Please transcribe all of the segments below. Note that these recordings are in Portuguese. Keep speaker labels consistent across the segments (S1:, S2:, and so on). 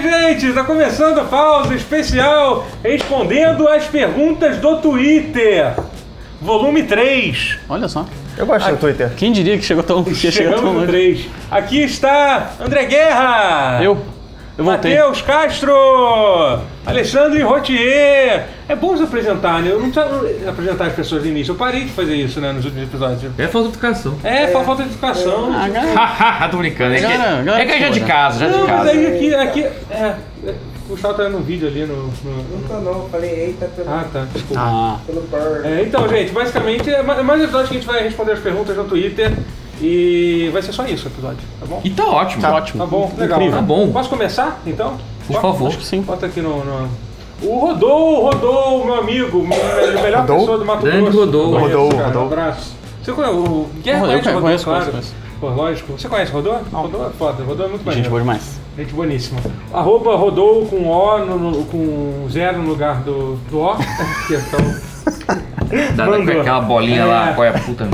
S1: gente, tá começando a pausa especial respondendo as perguntas do Twitter. Volume 3.
S2: Olha só.
S3: Eu gosto do é Twitter.
S2: Quem diria que chegou tão, que chegou tão
S1: Chegamos no
S2: longe?
S1: 3. Aqui está André Guerra.
S2: Eu? Eu voltei.
S1: Matheus Castro! Alexandre Rotier! É bom se apresentar, né? Eu não preciso apresentar as pessoas no início. Eu parei de fazer isso, né, nos últimos episódios.
S4: É falta de educação.
S1: É, fa- falta de educação.
S2: Ah, cara,
S4: Haha, tô brincando. É que,
S2: Galera, galera,
S4: é, que é já
S2: pô,
S4: de
S2: né?
S4: casa, já
S1: não,
S4: de
S1: mas
S4: casa.
S1: aí aqui. aqui é, é, o Gustavo tá vendo um vídeo ali no. no-
S5: Não, não, eu falei eita pelo,
S1: Ah, tá, desculpa.
S2: Ah,
S5: pelo Bird.
S1: É, então, gente, basicamente é ma- mais um episódio que a gente vai responder as perguntas no Twitter. E vai ser só isso o episódio, tá bom?
S4: E tá ótimo.
S2: tá
S1: Tá
S2: ótimo.
S1: bom, legal.
S2: Incrível.
S4: Tá bom.
S1: Posso começar, então?
S4: Por favor.
S2: Acho que sim.
S1: Bota aqui no. no- O Rodou, Rodou, meu amigo, me- me- melhor
S3: Rodou?
S1: pessoa do Mato
S4: Grande
S1: Grosso.
S4: Rodou.
S1: Conheço,
S3: Rodou,
S1: cara,
S3: Rodou.
S1: Um abraço. Você conhece o Guerra?
S2: Eu
S1: conhece o Rodou,
S2: conheço, conheço,
S1: claro.
S2: conheço.
S1: Pô, lógico. Você conhece o Rodou? Rodou é foda, Rodou é muito maneiro.
S2: Gente boa demais.
S1: Gente boníssima. Arroba rodou com O, no, no- com zero no lugar do, do O. que é tão-
S4: Dá, dá com
S1: Mandou.
S4: aquela bolinha
S1: É.
S4: lá, qual é a puta.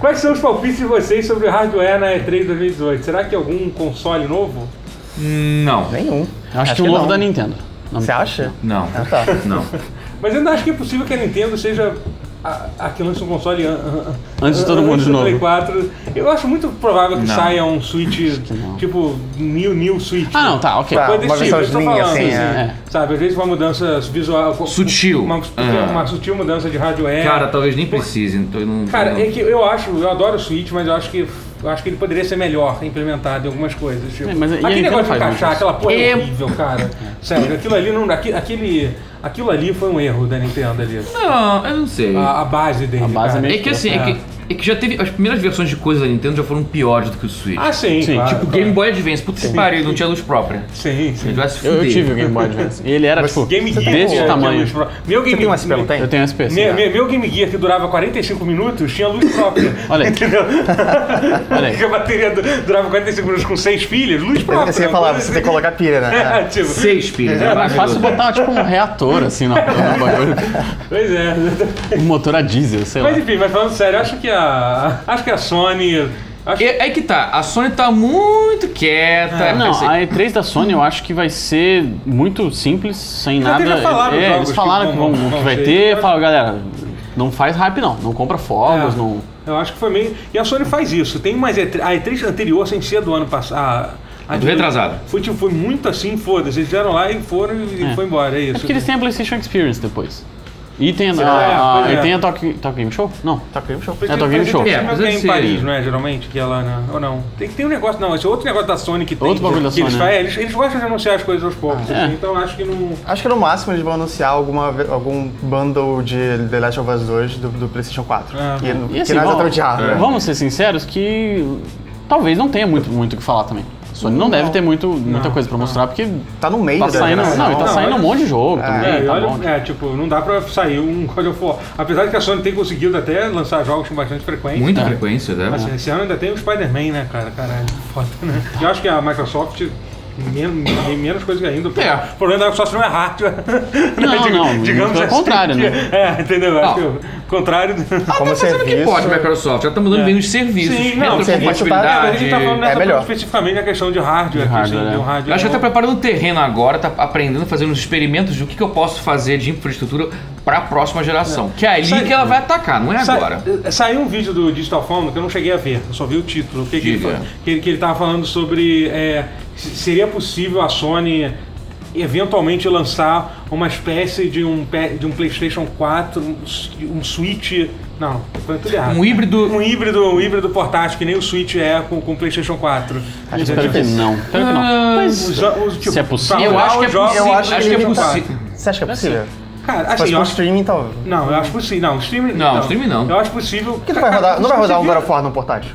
S1: Quais são os palpites de vocês sobre o hardware na E3 2018? Será que é algum console novo?
S4: Não,
S3: Nenhum.
S2: Eu acho, que o
S3: não.
S2: novo da Nintendo. Não,
S3: Você acha?
S4: não,
S3: Ah, tá.
S4: não.
S1: Mas eu ainda acho que é possível que a Nintendo seja a, a que lance um console an- an-
S2: Antes de todo
S1: an-
S2: mundo
S1: antes
S2: de
S1: do Play
S2: novo.
S1: 4. Eu acho muito provável que
S4: Não.
S1: saia um Switch,
S2: não.
S1: tipo, New New Switch.
S2: Ah, não, tá, ok.
S3: Tá.
S1: Coisa
S3: uma
S1: desse tipo,
S3: versão
S1: eu tô
S3: slim,
S1: falando,
S3: assim,
S1: sim,
S3: é.
S1: sim. Sabe, às vezes uma mudança visual.
S4: Sutil.
S1: Uma,
S2: É.
S4: Ah.
S1: uma sutil mudança de hardware.
S4: Cara, talvez nem precise. Então, eu não,
S1: Cara,
S4: não-
S1: é que eu acho, eu adoro o Switch, mas eu acho que eu acho que ele poderia ser melhor implementado em algumas coisas. Tipo,
S2: É, mas e a
S1: aquele
S2: Nintendo
S1: negócio de
S2: faz muito
S1: encaixar,
S2: isso?
S1: aquela porra é
S4: É.
S1: horrível, cara. Sério, aquilo ali não. aqui- Aquele, aquilo ali foi um erro da Nintendo ali.
S4: Não, eu não sei.
S1: A, a base dele.
S2: A base
S1: cara.
S2: é meio-
S4: é que assim, é que, é que já teve. As primeiras versões de coisas da Nintendo já foram piores do que o Switch.
S1: Ah, sim.
S2: Sim,
S1: claro,
S4: tipo,
S1: claro.
S4: Game Boy Advance, puta que pariu, não tinha luz própria.
S1: Sim,
S4: Ele
S1: sim.
S4: vai se
S2: Eu, eu
S4: fuder.
S2: tive o Game Boy Advance. E ele era, tipo,
S1: Game Gear.
S2: desse
S1: tinha
S2: tamanho.
S1: luz própria. Meu Game
S3: Você tem um SP, não tem?
S2: Eu tenho um SP. assim,
S1: Meu,
S2: né?
S1: meu- meu Game Gear que durava 45 minutos tinha luz própria.
S2: Olha aí.
S1: Entendeu?
S2: Olha aí.
S1: Porque a bateria du- durava 45 minutos com seis pilhas, luz própria.
S3: Você ia falar, você tem que colocar pilha, né?
S1: É, tipo,
S4: Seis filhos.
S2: É mais fácil botar, tipo, um reator, assim, na porra do bagulho.
S1: Pois é.
S2: Um motor a diesel, sei lá.
S1: Mas enfim, mas falando sério, acho que a. Acho que a Sony. Acho que
S4: É, é que tá, a Sony tá muito quieta.
S2: Ah, Não,
S4: Esse-
S2: a E3 da Sony eu acho que vai ser muito simples, sem
S1: Até
S2: nada.
S1: já falaram
S2: é,
S1: os jogos
S2: eles
S1: que
S2: falaram
S1: vão-
S2: que, vão-
S1: vão- vão
S2: que vai
S1: ser.
S2: ter, falaram, galera, não faz hype não, não compra fogos,
S1: É.
S2: não.
S1: Eu acho que foi meio. E a Sony faz isso. Tem mais E3. A E3 anterior, sem ser do ano passado. A, a
S4: Do retrasado.
S1: Foi, tipo, foi muito assim, foda-se. Eles vieram lá e foram e
S2: É.
S1: foi embora. É
S2: É
S1: isso.
S2: porque eles têm a PlayStation Experience depois. E tem a, a-
S1: pois
S2: e
S1: é.
S2: tem a Tokyo, Tokyo Game Show? Não.
S3: Tá com o show.
S1: Mas
S2: É,
S1: tem- um mas
S2: Tokyo Game Show.
S1: tem-
S4: É,
S1: mas
S4: precisa
S1: tem em
S4: ser-
S1: Paris, não é? Geralmente, que é lá na. Ou não? Tem que ter um negócio, não. Esse é outro negócio da Sony que tem.
S2: Outro bagulho da
S1: que eles,
S2: Sony, né?
S1: fazem- eles, eles gostam de anunciar as coisas aos poucos.
S2: Ah,
S1: assim,
S2: é.
S1: Então acho que não.
S3: Acho que no máximo eles vão anunciar alguma, ve- algum bundle de The Last of Us 2 do, do PlayStation 4.
S1: Ah.
S3: que, não-
S2: E assim,
S3: que não é
S2: vamos,
S3: exatamente
S1: né?
S3: hardware.
S2: vamos ser sinceros que talvez não tenha muito muito o que falar também. A Sony não, deve ter muito, muita
S1: Não, né?
S2: coisa pra mostrar, porque
S3: Tá no meio
S2: tá
S3: da
S2: saindo, não,
S3: geração.
S2: e tá
S1: Não,
S2: saindo um
S1: olha-
S2: monte de jogo
S1: É,
S2: também,
S1: e
S2: tá
S1: olha,
S2: bom.
S1: é, tipo, não dá pra sair um God of War. Apesar de que a Sony tem conseguido até lançar jogos com bastante frequência.
S4: Muita
S2: Ah.
S4: frequência, né?
S1: Assim, esse ano ainda tem o Spider-Man, né, cara? Caralho, foda, né? Eu acho que a Microsoft menos, tem menos coisa ainda.
S4: É.
S1: O problema da Microsoft não é hardware.
S2: Não,
S1: Dig-
S2: não, pelo contrário, né?
S1: assim, É, entendeu? Eu Acho que o contrário do...
S3: Como
S4: Fazendo o que pode, Microsoft. Já tá mudando bem os serviços.
S1: É. Sim, não,
S3: Ah,
S1: a
S4: retrocompatibilidade.
S1: gente tá falando nessa
S3: melhor.
S1: parte especificamente a questão de hardware.
S2: De
S1: que, assim,
S2: hardware,
S1: de um
S2: é.
S1: hardware
S4: Eu acho que tá
S1: novo.
S4: preparando o terreno agora, tá aprendendo, fazendo os experimentos de o que, que eu posso fazer de infraestrutura pra próxima geração. Que é ali
S1: Sai-
S4: que ela vai atacar, não é
S1: Sa-
S4: agora.
S1: eh, Saiu um vídeo do Digital Foundry que eu não cheguei a ver, eu só vi o título. O que, que, ele,
S4: Diga.
S1: fa- que, ele- que ele tava falando sobre eh, se- seria possível a Sony eventualmente lançar uma espécie de um, pe- de um PlayStation 4, um, s- um Switch. Não, foi tudo errado.
S4: Um híbrido-
S1: Um híbrido, um híbrido portátil, que nem o Switch é com com o PlayStation 4.
S2: Eu espero que não. Espero que
S1: É,
S2: não.
S4: Ah,
S2: Mas
S1: Os jo- os, tipo,
S2: Se é possível.
S1: pra
S4: Eu acho que é
S1: os jogos-
S4: possível.
S3: Eu acho que
S4: é
S3: eles vão
S4: possível.
S3: Você acha que é possível?
S1: Cara,
S3: Mas
S1: assim, eu
S3: com
S1: acho.
S3: streaming, então... Por
S1: Não, eu acho possível. Não, streaming
S4: Não, streaming não.
S1: Eu acho possível.
S3: que não vai rodar, não vai rodar um
S1: tá Você
S3: God
S1: viu-
S3: of War num portágil?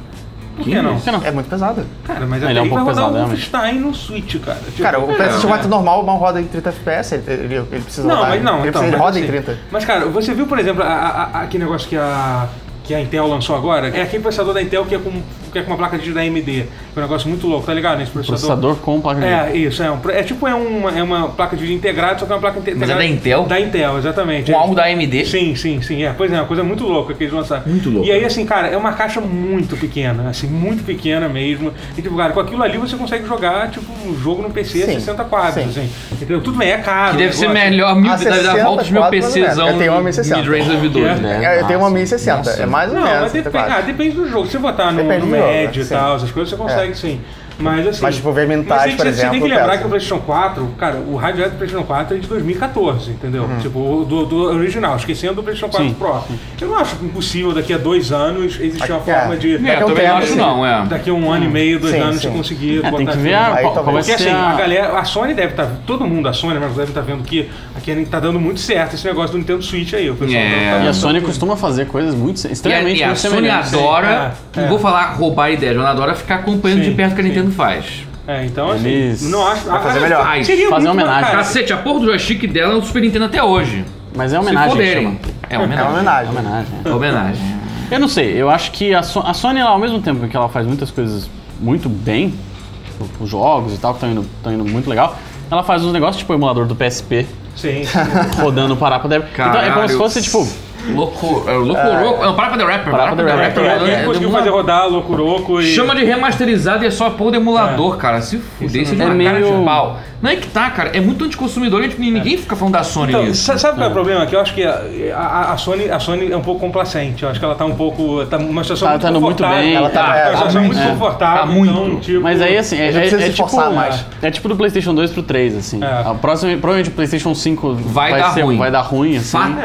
S1: Por que não?
S2: Por que não?
S3: É muito pesado.
S1: Cara, mas
S2: Ele
S1: até
S2: é um
S1: aí
S2: pouco
S1: vai rodar
S2: pesado,
S1: um
S2: né, mas-
S1: Wolfenstein no Switch, cara. Tipo,
S3: Cara, o PlayStation 4
S1: é.
S3: normal não roda em 30 FPS, ele, ele, ele precisa
S1: Não,
S3: rodar.
S1: mas não,
S3: ele,
S1: então.
S3: precisa- ele
S1: mas
S3: roda em
S1: assim,
S3: 30.
S1: Mas, cara, você viu, por exemplo, a- a- a- aquele negócio que a, que a Intel lançou agora? É aquele processador da Intel que é com que é com uma placa de da AMD. É um negócio muito louco, tá ligado? Nesse processador.
S2: Processador com placa de
S1: É, isso. É, um, é tipo é uma, é uma placa de vídeo integrada, só que é uma placa inte-
S4: Mas é
S1: integrada.
S4: da Intel?
S1: Da Intel, exatamente.
S4: Com
S1: É.
S4: algo da AMD.
S1: Sim, sim, sim. É, pois é, uma coisa muito louca que eles lançaram.
S4: Muito louca.
S1: E aí, assim, cara, é uma caixa muito pequena, assim, muito pequena mesmo. E, tipo, cara, com aquilo ali você consegue jogar, tipo, um jogo no PC a
S3: Sim,
S1: 60 quadros,
S3: sim.
S1: assim. Entendeu? Tudo bem, é caro.
S4: Que
S1: o
S4: deve ser
S1: negócio.
S4: melhor, mil,
S3: A
S4: deve dar
S3: 60
S4: volta dos meu
S3: quadros, né?
S4: PCzão
S3: Eu tenho uma
S4: mid
S3: 1060.
S4: range do V2,
S1: É.
S4: né?
S2: né?
S3: É, eu tenho uma
S2: Nossa,
S3: 1060,
S2: nossa.
S3: é mais ou
S1: Não,
S3: menos.
S1: mas depende,
S3: 64.
S1: ah, depende do jogo. Se você botar no,
S3: Depende
S1: no
S3: do jogo,
S1: médio
S3: né?
S1: e tal, essas coisas, você consegue sim. Mas assim.
S3: Mas, tipo,
S1: mas
S3: ver
S1: tem
S3: mentais,
S1: que-
S3: por
S1: Você tem que
S3: exemplo,
S1: lembrar
S3: pesa.
S1: que o PlayStation 4, cara, o rádio do PlayStation 4 é de 2014, entendeu?
S3: Uhum.
S1: Tipo, do, do original, esquecendo do PlayStation 4
S2: Sim.
S1: Pro. Eu não acho impossível daqui a dois anos existir uma
S3: É.
S1: forma de.
S4: É,
S3: Daqui a um
S4: também não
S3: tempo,
S4: acho
S3: assim.
S4: não, é.
S1: Daqui a um ano e meio, dois
S3: Sim,
S1: anos, você
S3: sim.
S1: conseguir
S2: É,
S1: botar
S2: tem que ver
S1: aquilo.
S2: a,
S3: Aí
S2: qual, qual
S3: talvez.
S2: vai
S1: Porque
S2: ser
S1: assim,
S2: a...
S1: a galera, a Sony deve estar, todo mundo, a Sony mas deve estar vendo que aqui tá dando muito certo esse negócio do Nintendo Switch aí, o pessoal.
S4: É.
S1: tá-
S2: E a Sony costuma fazer coisas muito
S4: E a,
S2: extremamente
S4: e a
S2: muito
S4: Sony
S2: semelhantes.
S4: adora,
S1: É, um é.
S4: não vou falar roubar ideia, ela adora ficar acompanhando
S1: Sim,
S4: de perto o que a
S1: sim.
S4: Nintendo faz.
S1: É, então assim,
S2: Eles-
S1: não acho.
S3: Vai fazer
S1: acho-
S3: melhor.
S1: Ai, Seria
S2: Fazer
S1: muito
S2: uma homenagem.
S1: bacana.
S4: Cacete, a porra do joystick dela é o Super Nintendo até hoje.
S2: Mas é
S4: Se
S2: homenagem. que
S4: puderem. É uma
S3: É uma
S4: homenagem.
S2: chama. É
S3: homenagem.
S2: homenagem. é.
S4: É uma homenagem.
S2: Eu não sei, eu acho que a, So- a Sony, ela, ao mesmo tempo que ela faz muitas coisas muito bem, tipo, os jogos e tal, que estão indo, tão indo muito legal, ela faz uns negócios tipo o emulador do PSP
S1: Sim.
S2: É, rodando o Parapa Deb. Então é como
S4: Caralho.
S2: se fosse tipo.
S4: Louco, é, louco, louco. É o Parapa the Rapper.
S2: Parapa the Rapper,
S4: Rapper,
S2: é,
S4: né?
S1: Ele conseguiu
S4: Demula-
S1: fazer rodar Loucuroco e.
S4: Chama de remasterizado e é só pôr do emulador, cara. Se fuder, isso é de
S2: é
S4: uma cara de
S2: meio-
S4: pau. Não é que tá, cara. É muito anticonsumidor. a gente- Ninguém fica falando da Sony
S1: Então,
S4: nisso.
S1: sa- sabe qual é o problema? Que eu acho que a, a- a Sony, a Sony é um pouco complacente. Eu acho que ela tá um pouco. Tá numa situação
S2: Tá-
S1: muito
S2: tá no muito
S1: confortável.
S2: bem.
S1: Ela tá,
S3: Tá,
S1: é,
S3: tá
S1: uma situação
S3: muito.
S1: muito
S4: É.
S1: confortável.
S4: Tá muito.
S1: então, tipo,
S2: Mas aí assim, é,
S3: Ele não
S2: é,
S3: precisa
S2: é
S3: se
S2: tipo.
S3: esforçar mais.
S2: É tipo do PlayStation 2 pro 3, assim.
S1: É.
S2: A próxima, provavelmente o PlayStation 5
S4: Vai dar
S2: ser-
S4: ruim.
S2: Vai dar ruim, assim.
S4: Fato.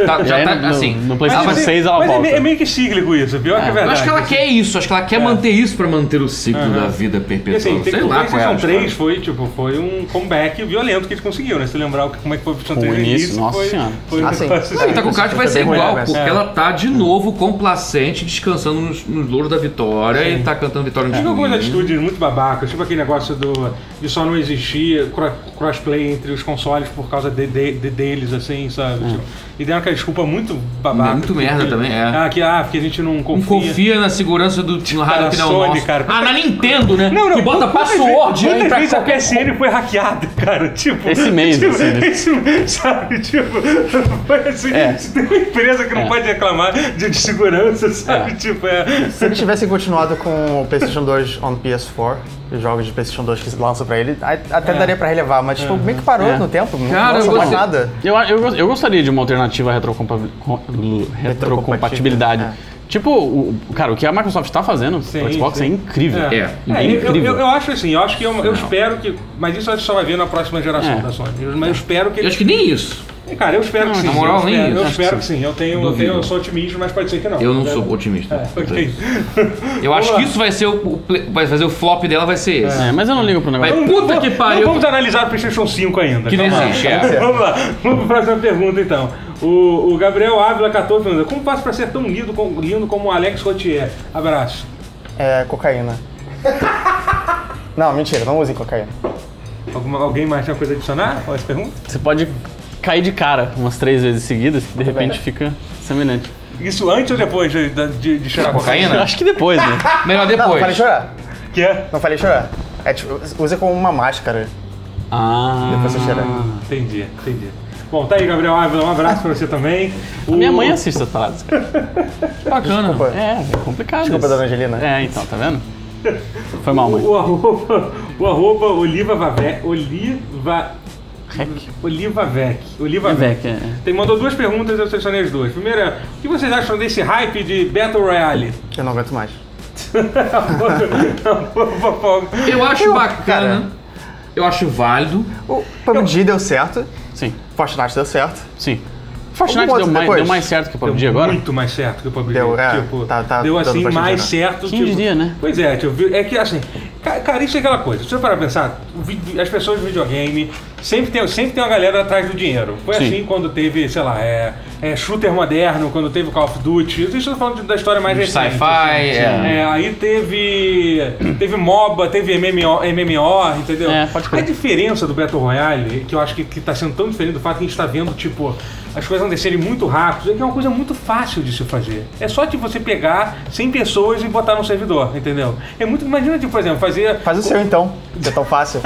S1: É.
S4: Tá-
S2: E
S4: já
S2: aí
S4: tá,
S2: no- no-
S4: assim.
S2: no
S1: mas
S2: PlayStation né?
S1: é meio-
S2: 6 ela
S1: mas é meio-
S2: volta.
S1: É, meio que cíclico isso. Pior que é
S4: Eu
S1: verdade.
S4: acho que ela quer isso. Acho que ela quer manter isso pra manter o ciclo da vida
S1: Porque,
S4: perpetua.
S1: assim, tem
S4: Sei
S1: que- o
S4: lá qual é a
S1: PlayStation 3
S4: história.
S1: foi, tipo, foi um comeback violento que eles conseguiram, né? Se lembrar o que- como é que foi o PlayStation
S2: Com o
S1: 3 no
S2: início,
S1: início,
S2: nossa
S1: foi,
S2: senhora.
S1: foi um
S3: Ah, sim.
S1: negócio
S4: Não, e tá com cara que vai ser
S3: Foi
S4: igual,
S3: mulher,
S4: porque
S1: é.
S4: ela tá de novo complacente, descansando nos, nos louros da vitória e tá cantando vitória no
S1: Tive algumas
S4: time.
S1: atitudes muito babacas, tipo aquele negócio do, de só não existir cro- crossplay entre os consoles por causa de, de- de- deles, assim, sabe? Tipo, e deram aquela desculpa muito babaca.
S4: Hum. Muito merda também, é. Um
S1: Ah, que, ah, porque a gente não
S4: Não
S1: confia.
S4: confia na segurança do no rádio
S1: Cara,
S4: aqui não
S1: Sony,
S4: nosso.
S1: cara.
S4: Ah, na Nintendo, né?
S1: Não, não,
S4: que bota
S1: quantas
S4: password
S1: vezes-
S4: aí
S1: quantas
S4: pra
S1: vezes a
S4: qualquer... um.
S1: PSN foi hackeada, cara? Tipo,
S2: Esse mês,
S1: tipo,
S2: assim, né?
S1: esse mês, sabe? Tipo, foi assim,
S2: É.
S1: se tem uma empresa que não
S2: É.
S1: pode reclamar de, de segurança, sabe? Tipo, é.
S3: Se eles tivessem continuado com o PlayStation 2 on PS4, os jogos de PlayStation 2 que lançam pra ele, aí até daria pra relevar, mas tipo, meio que parou
S2: É.
S3: no tempo, não
S4: Cara,
S3: lançou mais
S4: você-
S3: nada.
S2: Eu, eu, eu gostaria de uma alternativa à retrocompa- com- retrocompatibilidade. Tipo, o, o- cara, o que a Microsoft tá fazendo
S1: é. Sim,
S2: pro Xbox
S1: sim.
S2: é incrível.
S4: É.
S1: É, eu- eu,
S2: incrível.
S1: eu acho assim, eu acho que eu, eu
S4: Não.
S1: espero que. Mas isso a gente só vai ver na próxima geração
S2: É.
S1: da Sony. Eu- Mas eu espero que.
S4: Eu acho que nem isso.
S1: Cara, eu espero que sim.
S4: na moral,
S1: eu espero,
S4: nem
S1: eu
S4: isso.
S1: espero que sim. Eu tenho, eu
S4: Duvido.
S1: tenho. Eu sou otimista, mas pode ser que não.
S4: Eu não
S1: É,
S4: sou otimista.
S1: Ok.
S4: Eu
S1: Vamos
S4: acho
S1: lá.
S4: que isso vai ser o, o ple- vai fazer o flop dela vai ser esse.
S2: É, mas eu não ligo pro negócio.
S4: Vai-
S1: Não
S4: Puta
S1: vou-
S4: que pariu.
S1: Não vamos analisar o PlayStation 5 ainda.
S4: Ah, Que não
S1: Calma lá.
S4: existe, é.
S1: Vamos lá. Vamos para a próxima pergunta, então. O, o Gabriel Ávila 14 pergunta: Como faço pra ser tão lindo, com- lindo como o Alex Rotier? Abraço.
S3: É, cocaína. não, mentira, não usem cocaína.
S1: Alguma, alguém mais tem uma coisa a adicionar a essa pergunta?
S2: Você pode cair de cara umas três vezes seguidas, que de
S1: é
S2: repente fica semelhante.
S1: Isso antes ou depois de, de, de
S4: Tá
S1: cheirar
S2: Eu
S4: Cocaína?
S2: acho que depois, né?
S4: Melhor
S3: Não, não falei
S4: depois.
S3: chorar.
S1: Que é?
S3: Não falei chorar. É tipo, usa como uma máscara.
S2: Ah.
S3: Depois você cheira.
S1: Entendi, entendi. Bom, tá aí, Gabriel Ávila. Um abraço pra você também. O-
S2: Ah, Minha mãe é assiste essa parada.
S4: Bacana.
S3: Desculpa.
S2: É, é complicado.
S3: Desculpa,
S2: isso.
S3: dona Angelina.
S2: É, então, tá vendo? Foi mal, mãe.
S1: O arroba, o arroba Oliva Vavec. Oliva.
S2: Rec.
S1: Oliva Vec. Oliva
S2: Vec,
S1: Vec.
S2: é.
S1: Tem, mandou duas perguntas eu selecionei as duas. Primeira, o que vocês acham desse hype de Battle Royale? Tá
S3: Eu não aguento mais.
S4: Eu acho
S3: Eu-
S4: bacana.
S3: cara.
S4: Eu acho válido.
S3: O PUBG deu certo,
S2: Sim,
S3: Fortnite deu certo.
S2: sim. Fortnite
S3: Algum
S2: deu
S3: outro
S2: mais,
S3: depois?
S2: deu mais certo que o
S1: Deu
S2: PUBG agora?
S1: muito mais certo que o PUBG.
S3: Deu, é,
S1: tipo,
S3: tá- tá
S1: deu
S3: dando
S1: assim
S3: pra
S1: mais
S3: jogar.
S1: certo.
S2: Quem diria, né?
S1: Pois é, tipo, é que assim, ca- cara, isso é aquela coisa. Se você parar pra pensar, o vi- as pessoas do videogame Sempre tem, sempre tem uma galera atrás do dinheiro. Foi
S2: Sim.
S1: assim quando teve, sei lá, é, é shooter moderno, quando teve Call of Duty. Isso eu estou falando de- da história mais recente.
S4: Sci-fi,
S1: assim.
S4: é.
S1: É, aí teve. Teve MOBA, teve MMO, MMO entendeu?
S2: É, pode
S1: a
S2: crer.
S1: diferença do Battle Royale, que eu acho que, que tá sendo tão diferente do fato que a gente tá vendo, tipo, as coisas acontecerem muito rápido, é que é uma coisa muito fácil de se fazer. É só de você pegar 100 pessoas e botar no servidor, entendeu? É muito. Imagina, tipo, por exemplo, fazer.
S3: Faz o seu então, que é tão fácil.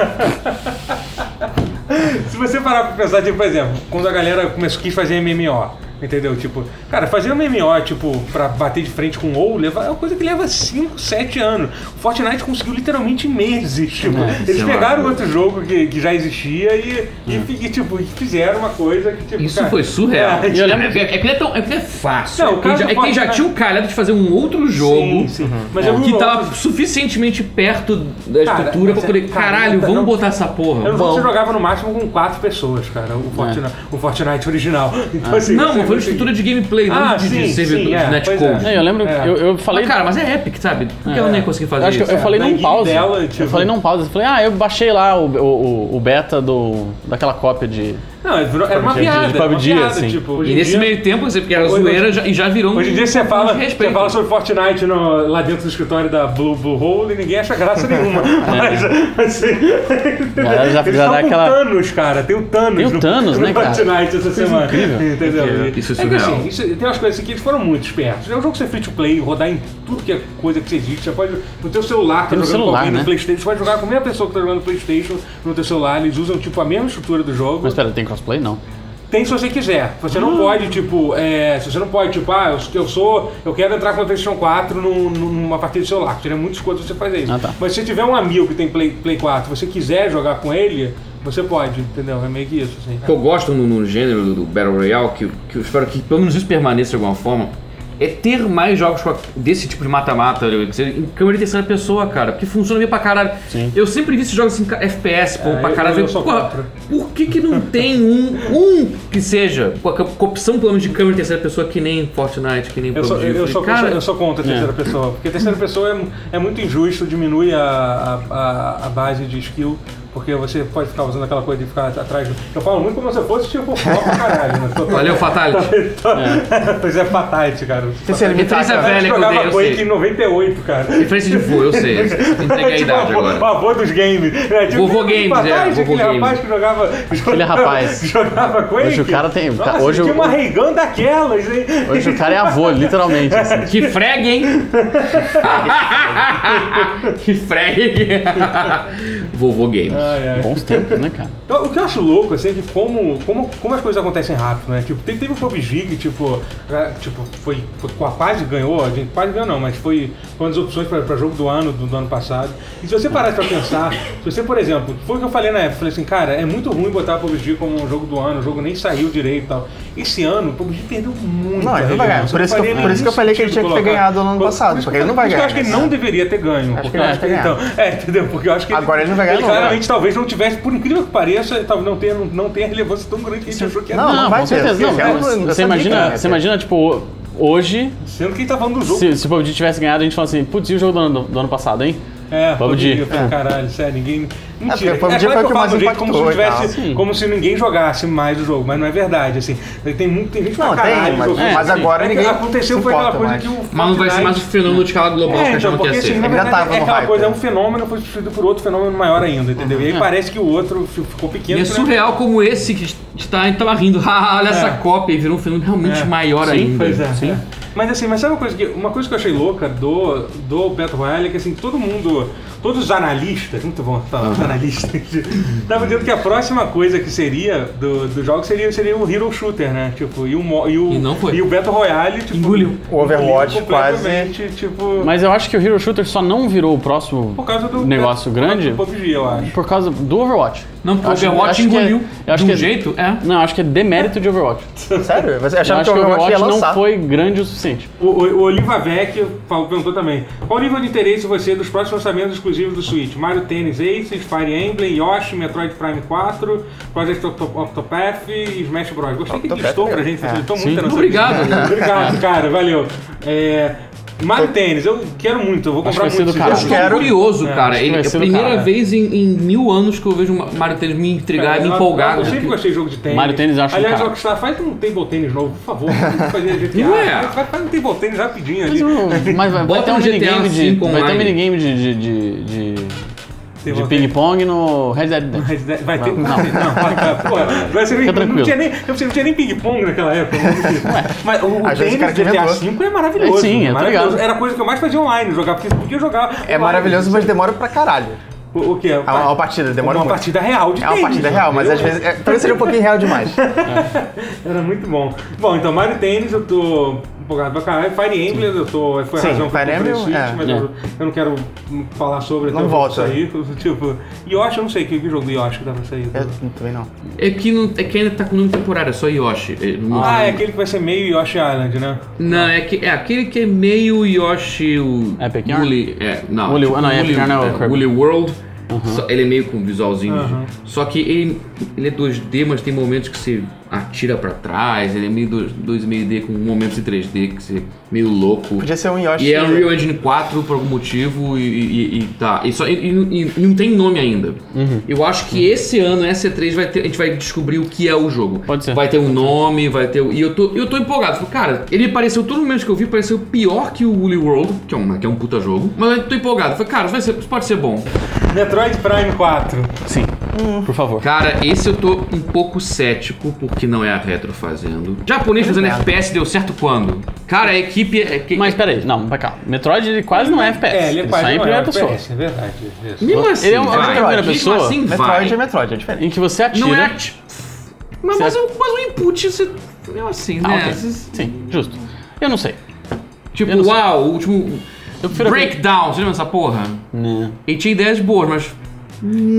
S1: Se você parar pra pensar, tipo, por exemplo, quando a galera começou, quis fazer MMO, entendeu? Tipo, cara, fazer um MMO, tipo, pra bater de frente com o WoW, leva, é uma coisa que leva 5, 7 anos. O Fortnite conseguiu literalmente meses, tipo, eles
S4: sei lá.
S1: pegaram outro jogo que, que já existia e, e, fi- e, tipo, e fizeram uma coisa que, tipo,
S4: Hum. Isso
S1: cara,
S4: foi surreal.
S1: É,
S4: É,
S2: eu lembro-
S4: é, é que não é tão. É que não é fácil.
S1: Não, o
S4: é, que
S1: caso
S4: já, é que já
S1: pode-
S4: tinha o calhado de fazer um outro jogo. Uhum.
S1: Sim, sim. Mas eu vi
S4: Que
S1: um
S4: tava
S1: outro-
S4: suficientemente perto da
S1: Cara,
S4: estrutura
S1: mas
S4: pra
S1: é-
S4: poder.
S1: cara,
S4: Caralho,
S1: não tá-
S4: vamos
S1: não-
S4: botar essa porra.
S1: Eu não sei se
S4: Vamos.
S1: eu jogava no máximo com quatro pessoas, cara, o Fortnite, o Fortnite original. Então, assim,
S4: É. Ah. Não,
S1: você
S4: mas
S1: conseguia.
S4: foi uma estrutura de gameplay, não
S1: Ah,
S4: de, de
S1: sim,
S4: servidor,
S1: sim,
S4: de
S1: é, pois
S4: netcode.
S1: é.
S2: É, eu lembro,
S1: É.
S2: eu, eu falei.
S4: Mas, cara, mas é Epic, sabe? Por que eu nem consegui fazer
S2: acho que
S4: isso?
S2: eu, eu falei
S1: Na
S2: num
S1: guia
S2: pause.
S1: dela,
S2: Eu
S1: tipo-
S2: falei num pause. Eu falei, ah, eu baixei lá o, o, o beta do, daquela cópia de.
S1: Não, virou- era uma
S2: PUBG,
S1: piada.
S2: de
S1: era uma
S2: PUBG,
S1: piada,
S2: assim.
S1: tipo, hoje
S4: E
S1: em
S4: nesse
S1: dia-
S4: meio tempo, você- porque era
S1: Hoje-
S4: zoeira já- e já virou
S1: Hoje em
S4: um-
S1: dia você fala,
S4: um
S1: você
S4: desrespeito.
S1: fala sobre Fortnite no- lá dentro do escritório da Blue, Blue Hole e ninguém acha graça nenhuma. Mas, assim.
S2: Galera já-
S1: eles
S2: já
S1: tão
S2: dá
S1: com
S2: aquela-
S1: Thanos, cara. Tem o Thanos.
S2: Tem o
S1: no-
S2: Thanos,
S1: no
S2: né, cara?
S1: Fortnite essa semana.
S2: incrível.
S1: Entendeu?
S4: Incrível. Isso é
S1: é que,
S4: surreal.
S1: assim, isso- tem umas coisas assim que eles foram muito espertos. É um jogo que você free to play, rodar em tudo que é coisa que existe. Você pode. No teu celular, tá
S2: Tem no
S1: jogando
S2: celular,
S1: com alguém
S2: né?
S1: no Playstation. Você pode jogar com a mesma pessoa que tá jogando no Playstation no teu celular. Eles usam, tipo, a mesma estrutura do jogo.
S2: Mas pera, tem crossplay? Não.
S1: Tem se você quiser. Você
S2: Hum.
S1: não pode, tipo, é, se você não pode, tipo, ah, eu, eu sou. Eu quero entrar com a PlayStation 4 num- numa partida de celular. Seria muito escroto você fazer isso.
S2: Ah, tá.
S1: Mas se você tiver um amigo que tem Play, Play 4, você quiser jogar com ele, você pode, entendeu? É meio que isso, assim.
S4: que eu gosto no, no gênero do, do Battle Royale, que, que eu espero que pelo menos isso permaneça de alguma forma, é ter mais jogos com a- desse tipo de mata-mata, né, que seja em câmera de terceira pessoa, cara, porque funciona bem pra caralho. Eu sempre vi esses jogos assim, ca- FPS, pô,
S1: É,
S4: pra
S1: eu-
S4: caralho.
S1: eu sou
S4: Porra,
S1: contra.
S4: por que que não tem um, um que seja com, a, com a opção pelo menos de câmera de terceira pessoa que nem Fortnite, que nem
S1: Eu sou,
S4: PUBG?
S1: eu,
S4: falei,
S1: sou, eu,
S4: cara,
S1: sou, eu sou
S2: é.
S1: contra a terceira pessoa, porque a terceira pessoa é, é muito injusto, diminui a, a, a, a base de skill, porque você pode ficar usando aquela coisa de ficar atrás. do- Eu falo muito como se eu fosse tipo foco pra caralho, mas tô-
S4: Valeu, Fatality.
S1: Pois é, fatality, cara.
S3: Tem que se limitar,
S4: Essa
S3: cara.
S1: A gente
S4: velha que eu dei,
S1: jogava
S4: eu
S1: Quake em
S4: sei.
S1: 98, cara.
S4: Diferença de voo, eu sei. Entreguei a idade
S1: avô,
S4: agora.
S1: o avô dos games. É, tipo,
S4: Vovô
S1: aquele
S4: games,
S1: rapaz,
S4: é, vovô
S1: aquele
S4: games.
S1: rapaz que jogava. Aquele
S2: rapaz.
S1: Jogava Quake.
S2: Hoje o cara tem-
S1: Nossa,
S2: cara, hoje
S1: tinha
S2: o-
S1: uma reigão daquelas, hein?
S2: Hoje o cara é avô, literalmente. assim.
S4: Que frag, hein? que frag. Vovô Games.
S1: Ai, ai.
S2: Bons tempos, né, cara?
S1: Então, o que eu acho louco, assim, é que como, como, como as coisas acontecem rápido, né? Tipo, teve, teve o PUBG que, tipo, é, tipo foi, foi, quase ganhou, a gente quase ganhou não, mas foi uma das opções para jogo do ano, do, do ano passado. E se você parar pra pensar, se você, por exemplo, foi o que eu falei na época, eu falei assim, cara, é muito ruim botar PUBG como um jogo do ano, o jogo nem saiu direito e tal. Esse ano, o PUBG perdeu muito.
S3: Não, ele não vai ganhar. Por isso que eu- por isso que eu falei que ele tinha que ter ganhado no ano passado, porque ele não vai
S1: Eu
S3: ganhar
S1: acho que ele
S3: nesse
S1: não
S3: ano.
S1: deveria ter ganho.
S3: Acho que
S1: porque
S3: ele
S1: eu
S3: não
S1: acho que
S3: vai ter
S1: então, é, entendeu? Porque eu acho que
S3: Agora ele não vai ganhar nunca,
S1: claramente
S3: né?
S1: gente talvez não tivesse, por incrível que pareça, talvez não tenha, não tenha relevância tão grande que a gente achou que era.
S3: Não,
S2: Não,
S3: vai
S2: com
S3: ter.
S2: certeza. Não,
S3: Esse ano eu
S2: mas
S3: não
S2: você
S3: sabia que
S2: imagina,
S3: ia
S2: você
S3: ter.
S2: imagina, tipo, hoje,
S1: Sendo que ele tá falando do jogo.
S2: se, se o PUBG tivesse ganhado, a gente fala assim, putz, e o jogo do ano, do ano passado, hein?
S1: É,
S2: PUBG.
S1: Eu falei, caralho, sério, ninguém.
S3: porque
S1: Mentira. É,
S3: o PUBG
S1: claro
S3: É, foi o
S1: eu
S3: que
S1: falo
S3: mais
S1: do jeito como se,
S3: impactou e tal.
S1: tivesse,
S2: Sim.
S1: como se ninguém jogasse mais o jogo, mas não é verdade, assim. Tem, muito, tem gente pra
S3: Não, tem,
S1: caralho
S3: mas-
S1: jogando.
S2: mas
S3: agora
S1: É que
S3: ninguém
S1: Aconteceu
S3: se
S1: foi aquela
S3: importa
S1: coisa
S3: mais.
S1: que o.
S4: Mas não vai ser mais um
S1: Fortnite-
S4: fenômeno de escala global que
S1: É,
S4: a gente
S1: então,
S4: não
S1: porque
S4: quer
S1: assim,
S4: ser.
S1: na
S3: Ainda
S1: verdade,
S3: tava
S1: é
S3: no
S1: aquela
S3: hype,
S1: coisa, é um
S3: né?
S1: fenômeno foi substituído por outro fenômeno maior ainda, entendeu? E aí parece que o outro fi- ficou
S4: Uhum. E
S1: pequeno.
S4: é
S1: né?
S4: surreal como esse que está tava rindo. Ah, olha essa cópia e virou um fenômeno realmente
S1: É.
S4: maior
S1: Sim,
S4: ainda.
S1: pois é, é. Mas assim, mas sabe uma coisa que uma coisa que eu achei louca do do Battle Royale é que assim todo mundo, todos os analistas, muito bom falar os analistas, estavam dizendo que a próxima coisa que seria do, do jogo seria seria o Hero Shooter, né? Tipo e o mo- e o
S4: E não foi.
S1: e o Battle Royale tipo,
S4: Engoliu.
S3: O Overwatch
S1: engoliu completamente, tipo
S2: Mas eu acho que o Hero Shooter só não virou o próximo
S1: por causa do
S2: negócio
S1: por causa
S2: grande
S1: do PUBG, eu acho.
S2: por causa do Overwatch.
S4: Não, porque o
S2: Acho-
S4: Overwatch
S2: acho que é-
S4: engoliu
S2: eu acho
S4: de
S2: que
S4: um
S2: é-
S4: jeito. É.
S2: Não, acho que é demérito de Overwatch.
S3: Sério? Você
S2: Eu
S3: achava
S2: acho
S3: que o Overwatch ia lançar?
S2: não foi grande o suficiente.
S1: O, o, o Oliva Vec falou- perguntou também: qual o nível de interesse de você dos próximos lançamentos exclusivos do Switch? Mario Tennis Aces, Fire Emblem, Yoshi, Metroid Prime 4, Project Octo- Octopath e Smash Bros. Gostei que
S3: Octopath,
S1: listou pra
S3: é.
S1: gente,
S3: É.
S1: facilitou muito a nossa
S4: Obrigado.
S1: vida. Obrigado, cara, valeu. É, Mario Tênis, eu quero muito, eu vou
S2: Acho
S1: comprar
S2: que vai ser
S1: muito. esse
S2: do
S4: Eu
S2: caralho.
S1: jogo.
S4: estou
S3: Quero-
S4: curioso, cara.
S2: acho que
S4: Ele-
S2: vai
S4: é a
S2: ser do
S4: primeira
S2: caralho.
S4: vez em, em mil anos que eu vejo Ma- Mario Tênis me intrigar, me
S1: É, Eu-
S4: empolgar. É
S1: Eu sempre
S4: com aquilo.
S1: gostei de jogo de tênis.
S2: Mario Tênis eu acho
S1: Aliás,
S2: do
S1: Rockstar, faz um table tênis novo, por favor. Vamos fazer do jeito que
S4: Não
S1: há.
S4: é?
S1: Faz- Faz um table tênis rapidinho ali.
S2: Mas, o- mas vai, vai
S4: Bota
S2: ter um
S4: um GTA
S2: minigame de.
S4: cinco
S2: Vai ter um
S4: online.
S2: minigame de. de, de, de, de
S1: Table tênis.
S2: ping-pong no Red Dead Redemption.
S1: Mas né, vai ter.
S2: Não.
S1: Não, não, porra, vai ser nem, não,
S2: tranquilo.
S1: tinha nem, eu não tinha nem ping-pong naquela época. Mas o, o
S3: às vezes o cara
S1: tênis
S3: que
S1: GTA
S3: inventou.
S1: V é maravilhoso.
S2: É, sim, eu tô
S1: maravilhoso.
S2: ligado.
S1: Era a coisa que eu mais fazia online jogar, porque você podia jogar.
S3: É
S1: online.
S3: maravilhoso, mas demora pra caralho.
S1: O, o que? É
S3: uma- uma partida, demora
S1: Uma
S3: muito.
S1: partida real de
S3: É uma
S1: tênis,
S3: partida real, mas às
S1: entendeu?
S3: vezes. É, talvez seja um pouquinho real demais.
S1: Era muito bom. Bom, então Mario Tênis eu tô empolgado pra caralho. Fire Emblem eu tô... Foi a
S3: Sim,
S1: razão que eu
S3: Fire
S1: comprei
S3: Emblem,
S1: o Switch,
S3: é.
S1: mas
S2: É.
S1: Eu, eu não quero falar sobre até
S3: Não
S1: o jogo
S3: volta.
S1: sair. Tipo, Yoshi eu não sei que, que jogo do Yoshi que dá pra sair.
S3: Eu também não.
S4: É que, não, é que ainda tá com nome temporário, é só Yoshi. É, não-
S1: Ah, é aquele que vai ser meio Yoshi Island, né?
S4: Não, é, que, é aquele que é meio Yoshi. O
S2: Epic Yarn?
S4: Woolly- é, não.
S2: Woolly- ah, não, é Epic Yarn
S4: Woolly-
S2: é o Kirby. Uhum.
S4: Woolly World. Só- ele é meio com visualzinho. de-
S1: Aham.
S4: Só que ele, ele é 2D, mas tem momentos que você atira pra trás. Ele é meio 2, 2,5D com momentos em 3D que você é meio louco.
S3: Podia ser um Yoshi.
S4: E é Unreal Engine 4 por algum motivo e, e- e tá. E, só, e, e- e não tem nome ainda.
S2: Uhum.
S4: Eu acho que esse ano, essa E3, vai ter- a gente vai descobrir o que é o jogo.
S2: Pode ser.
S4: Vai ter um nome, vai ter. o- E eu tô, eu tô empolgado. Tipo, Cara, ele pareceu, todo momento que eu vi, pareceu pior que o Woolly World, que é um, que é um puta jogo. Mas eu tô empolgado. Falei, cara, isso vai ser, isso pode ser bom.
S1: Metroid Prime 4.
S2: Sim. Por favor.
S4: Cara, esse eu tô um pouco cético, porque não é a retro fazendo. Japonês fazendo FPS deu certo quando? Cara, a equipe. É, que-
S2: Mas peraí, não, vai cá. Metroid ele quase não é FPS.
S1: É, ele é quase
S2: só é em
S1: não,
S2: primeira
S1: é
S2: pessoa.
S1: FPS, É verdade. isso.
S4: mesmo assim,
S2: Ele é um-
S4: vai.
S2: é uma primeira
S4: Mesmo
S2: pessoa?
S4: assim, vai.
S3: Metroid é Metroid, é diferente.
S2: Em que você atira.
S4: Não é ati- Mas, mas,
S2: Você-
S4: o, mas o input, você. Eu assim,
S2: Ah,
S4: né?
S2: ok.
S4: Esses-
S2: Sim, justo. Eu não sei.
S4: Tipo,
S2: Eu não sei.
S4: uau, o último.
S2: Eu prefiro.
S4: Breakdown, você lembra dessa porra?
S2: Né.
S4: Ele tinha ideias boas, mas.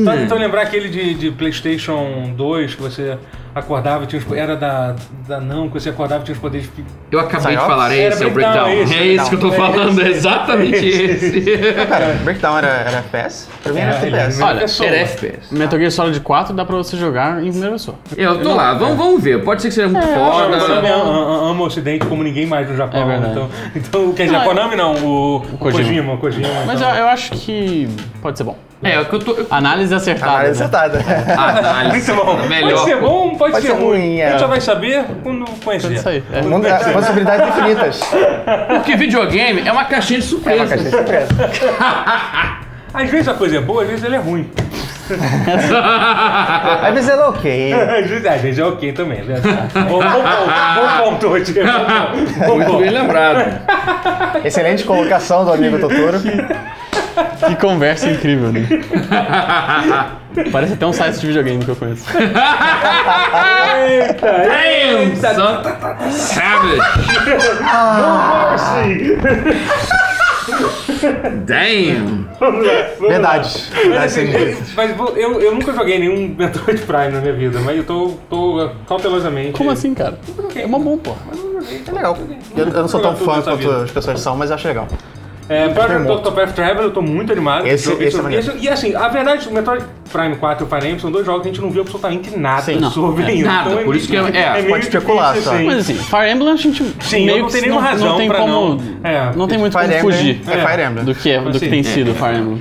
S1: Só então lembrar aquele de, de PlayStation 2 que você acordava e tinha os, Era da, da não, que você acordava e tinha os poderes. de-
S4: Eu acabei de
S3: Psyops?
S4: falar, é
S1: Era
S4: esse, é o
S1: Breakdown,
S4: breakdown.
S1: é esse,
S4: É esse que eu tô
S1: Breakdown, é
S4: falando, é
S1: esse.
S4: exatamente esse.
S3: Cara, Breakdown era, era FPS? Pra mim era
S1: É, ele-
S3: FPS.
S2: Olha,
S1: pessoa.
S4: Era FPS.
S2: Metal Gear Solid 4 dá pra você jogar em primeira pessoa.
S4: Eu tô lá, vamos, vamos ver. Pode ser que seja muito foda.
S1: Konami ama, ama- ama o Ocidente como ninguém mais no Japão.
S2: É verdade.
S1: então, então, quer dizer,
S2: Não, é-
S1: Konami não, o, o Kojima.
S2: Kojima.
S1: o Kojima,
S2: Mas eu,
S1: então.
S2: eu acho que pode ser bom.
S4: É, o que eu tô. Ah, tá, eu-
S2: Análise acertada.
S3: Caralho,
S2: né?
S3: acertada.
S4: Análise.
S1: então. Muito bom.
S4: Melhor.
S1: Pode ser bom, pode,
S3: Pode
S1: ser
S3: ser
S1: ruim.
S3: ruim,
S1: A
S3: é.
S1: gente só vai saber quando conhecer.
S2: Isso aí. É.
S3: O mundo- as Possibilidades infinitas.
S4: Porque videogame é uma caixinha de
S3: É uma
S4: surpresa.
S3: caixinha de surpresa.
S1: Às vezes a coisa é boa, às vezes ela é ruim.
S3: Às vezes ela é ok.
S1: Às vezes, às vezes é ok também, né? bom, bom, ponto, bom ponto, Rodrigo. Bom ponto. Bom
S4: Muito bem
S1: ponto.
S4: lembrado.
S3: Excelente colocação do amigo Totoro.
S2: Que conversa incrível, né? Parece até um site de videogame que eu conheço.
S1: Eita,
S4: Damn, son. Savage. Damn.
S3: Verdade. Verdade, sem jeito.
S1: Mas vou- eu, eu nunca joguei nenhum Metroid Prime na minha vida, mas eu tô, tô cautelosamente.
S2: Como assim, cara? É uma bom, porra.
S3: É legal. Eu, eu não sou tão
S1: Tudo
S3: fã
S1: nessa
S3: quanto
S1: vida.
S3: as pessoas são, mas eu acho legal.
S1: É, Project
S3: Remoto.
S1: Octopath Traveler, eu tô muito animado.
S3: Esse-
S1: Jogo-
S3: esse é maneiro.
S1: e assim, a verdade, o Metroid Prime 4 e o Fire Emblem são dois jogos que a gente não viu absolutamente nada
S2: Sim, não,
S1: sobre
S2: é,
S1: ainda. Então
S4: nada, por isso que é- é,
S1: meio
S3: pode especular
S1: difícil,
S3: só.
S1: assim.
S2: Mas assim, Fire Emblem a gente
S1: Sim,
S2: meio
S1: eu não
S2: que
S1: tenho nenhuma
S2: não,
S1: razão
S2: tem
S1: pra
S2: como,
S1: não- é.
S2: não tem muito
S3: Fire
S2: como
S3: Emblem
S2: fugir
S3: É Fire Emblem.
S2: do que, é, do que
S1: Assim,
S2: tem
S1: é.
S2: sido Fire Emblem.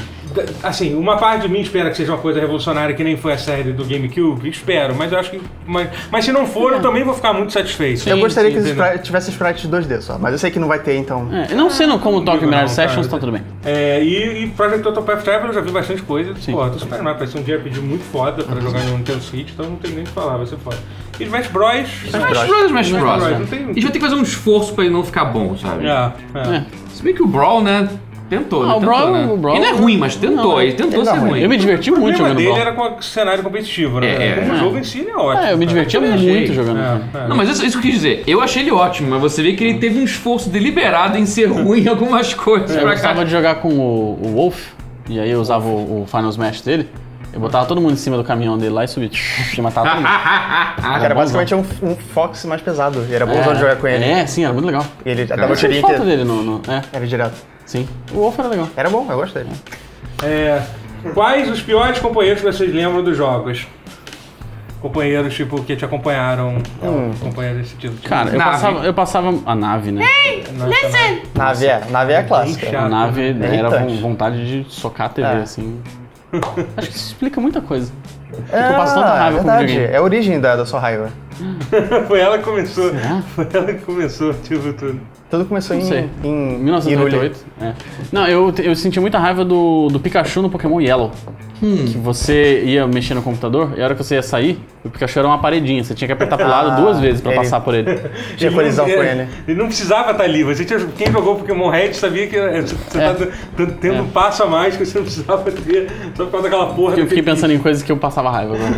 S1: Assim, uma parte de mim espera que seja uma coisa revolucionária que nem foi a série do GameCube, espero, mas eu acho que. Mas, mas se não for, eu também vou ficar muito satisfeito.
S3: Eu
S2: Sim,
S3: gostaria
S2: sim,
S3: que os
S1: entendeu?
S3: sprites tivessem sprites 2D só, mas eu sei que não vai ter, então.
S2: É, não sendo como o Tokyo
S1: Não,
S2: Mirage
S1: cara.
S2: Sessions, tá tudo bem.
S1: É, e, e Project Autopath Traveler eu já vi bastante coisa. Pô, tô super animado. Parece um JRPG muito foda pra jogar no Nintendo Switch, então não tem nem o que falar, vai ser foda. E Smash Bros.
S4: Smash Bros, Smash Bros.
S1: Bros,
S4: A
S1: não tem-
S4: gente vai ter que fazer um esforço pra ele não ficar bom, sabe?
S1: É, é.
S4: Se bem que o Brawl, né? Tentou,
S2: Ah,
S4: né?
S2: o
S4: Tentou,
S2: Brawl-
S4: né?
S2: o Brawl-
S4: Ele não é ruim, mas tentou.
S2: Não,
S4: ele tentou
S3: ele não
S4: ser
S3: é ruim.
S4: ruim.
S2: Eu me diverti
S1: O
S2: muito
S1: problema
S2: jogando
S1: dele
S2: Brawl.
S1: era com o cenário competitivo, né?
S4: É, é.
S1: O jogo em si ele é ótimo.
S2: É, eu
S1: cara.
S2: me divertia
S4: Eu achei.
S2: muito jogando.
S1: É, é.
S4: Não, mas isso, isso que eu quis dizer. Eu achei ele ótimo, mas você vê que ele teve um esforço deliberado em ser ruim em algumas coisas.
S2: É, Eu
S4: pra
S2: gostava
S4: cá.
S2: de jogar com o, o Wolf, e aí eu usava o, o Final Smash dele. Eu botava todo mundo em cima do caminhão dele lá e subia. tch, E matava todo mundo.
S3: que era basicamente um, um Fox mais pesado. E era bom de jogar com ele.
S2: É, sim, era muito legal.
S3: E Ele
S4: Eu
S3: dava o
S2: Eu senti
S3: tirinho
S2: falta dele
S3: inteiro.
S2: no, no- É,
S3: Era direto.
S2: sim. O Wolf era legal.
S3: Era bom, eu gostei.
S1: É, Quais os piores companheiros que vocês lembram dos jogos? companheiros, tipo, que te acompanharam. Companheiros desse tipo.
S2: Hum. Cara, eu
S4: Nave.
S2: passava, eu passava a nave, né?
S1: listen!
S3: Nave é, nave é clássica.
S1: chato.
S2: A nave
S3: Irritante.
S2: era von- vontade de socar a TV,
S3: É.
S2: assim. Acho que isso explica muita coisa.
S3: É,
S2: eu passo tanta raiva
S3: é
S2: com
S3: verdade.
S2: videogame.
S3: É a origem da, da sua raiva.
S1: Foi ela que começou.
S2: Será?
S1: Foi ela que começou, tipo, tudo.
S3: Tudo começou
S2: Não sei.
S3: em, em
S2: 1998. É. Não, eu, eu senti muita raiva do, do Pikachu no Pokémon Yellow. Que você ia mexer no computador e a hora que você ia sair, o Pikachu era uma paredinha. Você tinha que apertar pro lado
S3: Ah,
S2: duas vezes pra
S3: ele-
S2: passar por ele.
S3: Irule. Tinha colisão com ele.
S1: Ele não precisava estar ali. Você tinha- quem jogou Pokémon Red sabia que é, você
S2: É.
S1: tá dando- tendo um passo a mais que você não precisava ter só por causa daquela porra.
S2: Eu
S1: daquele
S2: fiquei pensando em coisas que eu passava raiva agora.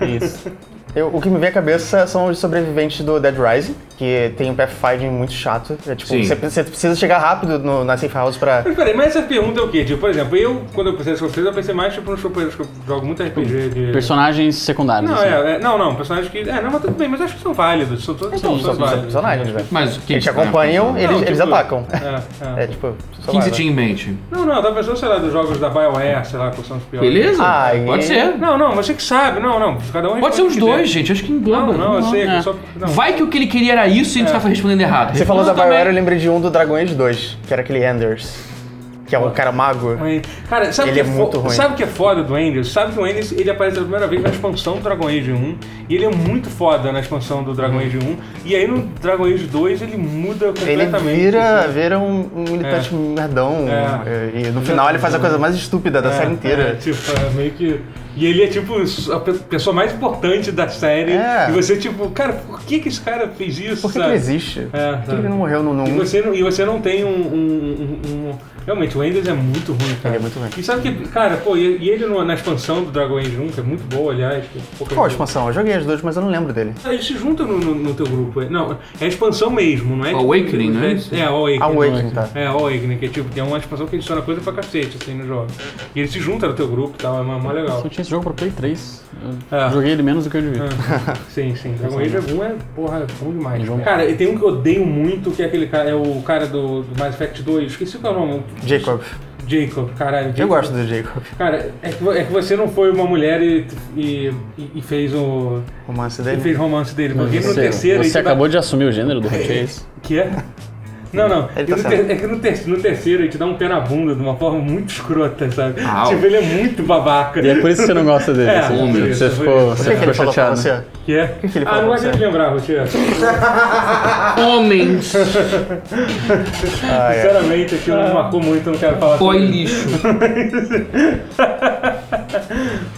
S2: E- e isso.
S3: Eu- o que me vem à cabeça são os sobreviventes do Dead Rising, que tem um pathfinding muito chato. É tipo,
S4: Sim.
S3: você, você precisa chegar rápido no, na safe house pra.
S1: Mas peraí, mas essa pergunta é o quê? Tipo, por exemplo, eu, quando eu pensei nessas coisas, eu pensei mais tipo nos companheiros que eu jogo muito RPG de.
S2: Personagens secundários.
S1: Não,
S2: assim.
S1: é, é- não, não, personagens que. É, não, mas tudo bem, mas acho que são válidos. São todos são, são
S3: Então, São
S1: válidos.
S3: personagens, velho.
S4: Mas o que
S3: Eles te
S4: que tá
S3: acompanham,
S4: pensando?
S1: Não,
S3: eles,
S1: tipo,
S3: eles atacam.
S1: É,
S3: É,
S1: é.
S3: tipo, sei
S4: Quem
S3: lá,
S4: você
S3: né?
S4: tinha em mente?
S1: Não, não, eu tava pensando, sei lá, dos jogos da BioWare, sei lá, quais são os piores.
S4: Beleza?
S3: Ah,
S4: Pode
S3: e-
S4: ser.
S1: Não, não, você que sabe, não, não. Cada um
S4: Pode ser os
S1: responde o que
S4: dois,
S1: quiser.
S4: gente. Acho que engloba.
S1: Não, não, eu sei, que
S2: é.
S1: só. Não. É.
S4: Vai que o que ele queria era isso e a gente tava respondendo errado.
S3: Você falou da
S4: Responda
S3: BioWare, eu
S4: também.
S3: lembrei de um do Dragon Age 2, que era aquele Anders, que é um cara mago.
S1: Mas, Cara, sabe o
S3: Ele
S1: que
S3: é
S1: fo-
S3: muito ruim.
S1: Sabe o que é foda do Enders? Sabe que o Enders ele aparece pela primeira vez na expansão do Dragon Age 1 e ele é muito foda na expansão do Dragon Age 1 e aí no Dragon Age 2 ele muda
S3: Ele
S1: completamente.
S3: vira, vira um, um militante merdão.
S1: É.
S3: E no final ele faz a coisa mais estúpida da
S1: É,
S3: série
S1: é,
S3: inteira.
S1: tipo, é meio que. E ele é tipo a pe- pessoa mais importante da série.
S3: É.
S1: E você, tipo, cara, por que, que esse cara fez isso?
S3: Por que, que
S1: sabe?
S3: ele existe?
S1: É,
S3: Por que, que
S1: sabe.
S3: ele não morreu no, no
S1: E
S3: um?
S1: você não, e você não tem um, um- um- um- Realmente, o Enders é muito ruim, cara.
S3: Ele é muito ruim.
S1: E sabe que, cara, pô, e, e ele no- na expansão do Dragon Age 1, que é muito boa, aliás. que- pô, que-
S3: Qual a expansão? Eu joguei as duas, mas eu não lembro dele.
S1: Ah, Ele se junta no, no- no teu grupo. é- Não, é a expansão mesmo, não é?
S4: Awakening, né?
S1: É, é Awakening.
S3: Awakening, tá.
S1: É, Awakening, que é tipo, tem uma expansão que adiciona coisa pra cacete, assim, no jogo. E ele se junta no teu grupo e tal, é mó mó legal.
S2: Eu tinha esse jogo pra Play 3. Eu
S1: É.
S2: Joguei ele menos do que eu devia.
S1: Sim, sim. Dragon Age 1 é, porra, é bom demais.
S2: Jogo.
S1: Cara, e tem um que eu odeio muito, que é aquele cara, é o cara do, do Mass Effect 2, esqueci qual é o nome.
S3: Jacob.
S1: Jacob, caralho. Jacob.
S3: Eu gosto do Jacob.
S1: Cara, é que, vo- é que você não foi uma mulher e, e, e- e fez o.
S3: O romance
S1: E
S3: dele.
S1: fez romance dele. Porque no
S2: Você,
S1: terceiro.
S2: você
S1: ele dá-
S2: acabou de assumir o gênero do Hot Chase.
S1: Que é? Não, não.
S3: Ele
S1: E
S3: tá
S1: no
S3: certo.
S1: ter- É que no, ter- no terceiro ele te dá um pé na bunda de uma forma muito escrota, sabe?
S4: Au.
S1: Tipo, ele é muito babaca.
S2: E é por isso que você não gosta dele.
S1: É,
S2: assim.
S1: por isso,
S2: você
S1: por
S2: ficou,
S1: isso.
S3: O que,
S2: você
S3: é que
S2: ficou
S3: ele falou pra
S2: chateado.
S3: você?
S1: Que é?
S3: que ele
S1: ah, não
S3: falou pra
S1: gosto de
S3: você?
S1: lembrar, Rotier.
S4: Homens.
S3: Ah, é.
S1: Sinceramente, aquilo me marcou muito, eu não quero falar
S4: Boy
S1: sobre isso.
S4: lixo.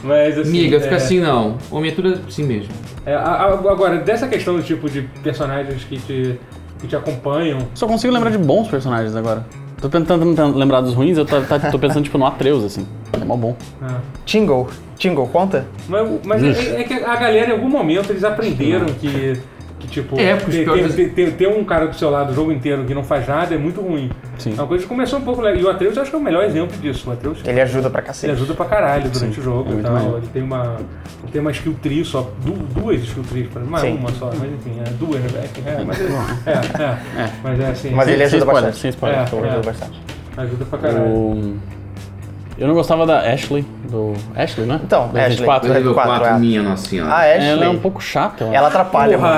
S1: Mas assim.
S4: Miga, fica
S1: é-
S4: assim não. Homem é tudo assim mesmo.
S1: é, a- a- agora, dessa questão do tipo de personagens que te, que te acompanham.
S2: Só consigo lembrar de bons personagens agora. Tô tentando tentando lembrar dos ruins, eu tô, tá- tô pensando tipo no Atreus, assim. É mó bom.
S1: né?
S3: Tingle. Tingle, conta?
S1: Mas, mas é, é que a galera, em algum momento, eles aprenderam que, que tipo,
S4: É, porque
S1: ter,
S4: os piores-
S1: ter- ter- ter um cara do seu lado o jogo inteiro que não faz nada é muito ruim.
S2: Sim.
S1: É uma coisa que começou um pouco. le- E o Atreus eu acho que é o melhor exemplo disso. O Atreus
S3: Ele ajuda pra
S1: ele
S3: cacete.
S1: ajuda pra caralho durante o jogo
S2: é
S1: e
S2: muito
S1: tal.
S2: maneiro.
S1: Ele tem uma. Tem uma skill tree só. du- duas skill trees, pra mim. Mas
S3: Sim.
S1: uma só, mas enfim, é duas, né? É, mas é, é, é, Mas é assim.
S3: Mas
S2: Sem-
S3: ele
S2: sem
S3: ajuda
S2: spoiler,
S3: bastante.
S2: sem spoiler.
S1: É.
S3: Ele ajuda bastante.
S1: Ajuda pra caralho.
S2: O- Eu não gostava da Ashley, do. Ashley, né?
S3: Então,
S2: do
S3: Ashley.
S2: X4.
S3: Red
S4: Nível
S3: quatro,
S4: 4,
S3: é.
S4: minha nossa senhora.
S3: A Ashley,
S2: Ela
S3: ela,
S2: é um pouco chata, ela.
S3: atrapalha
S1: Porra,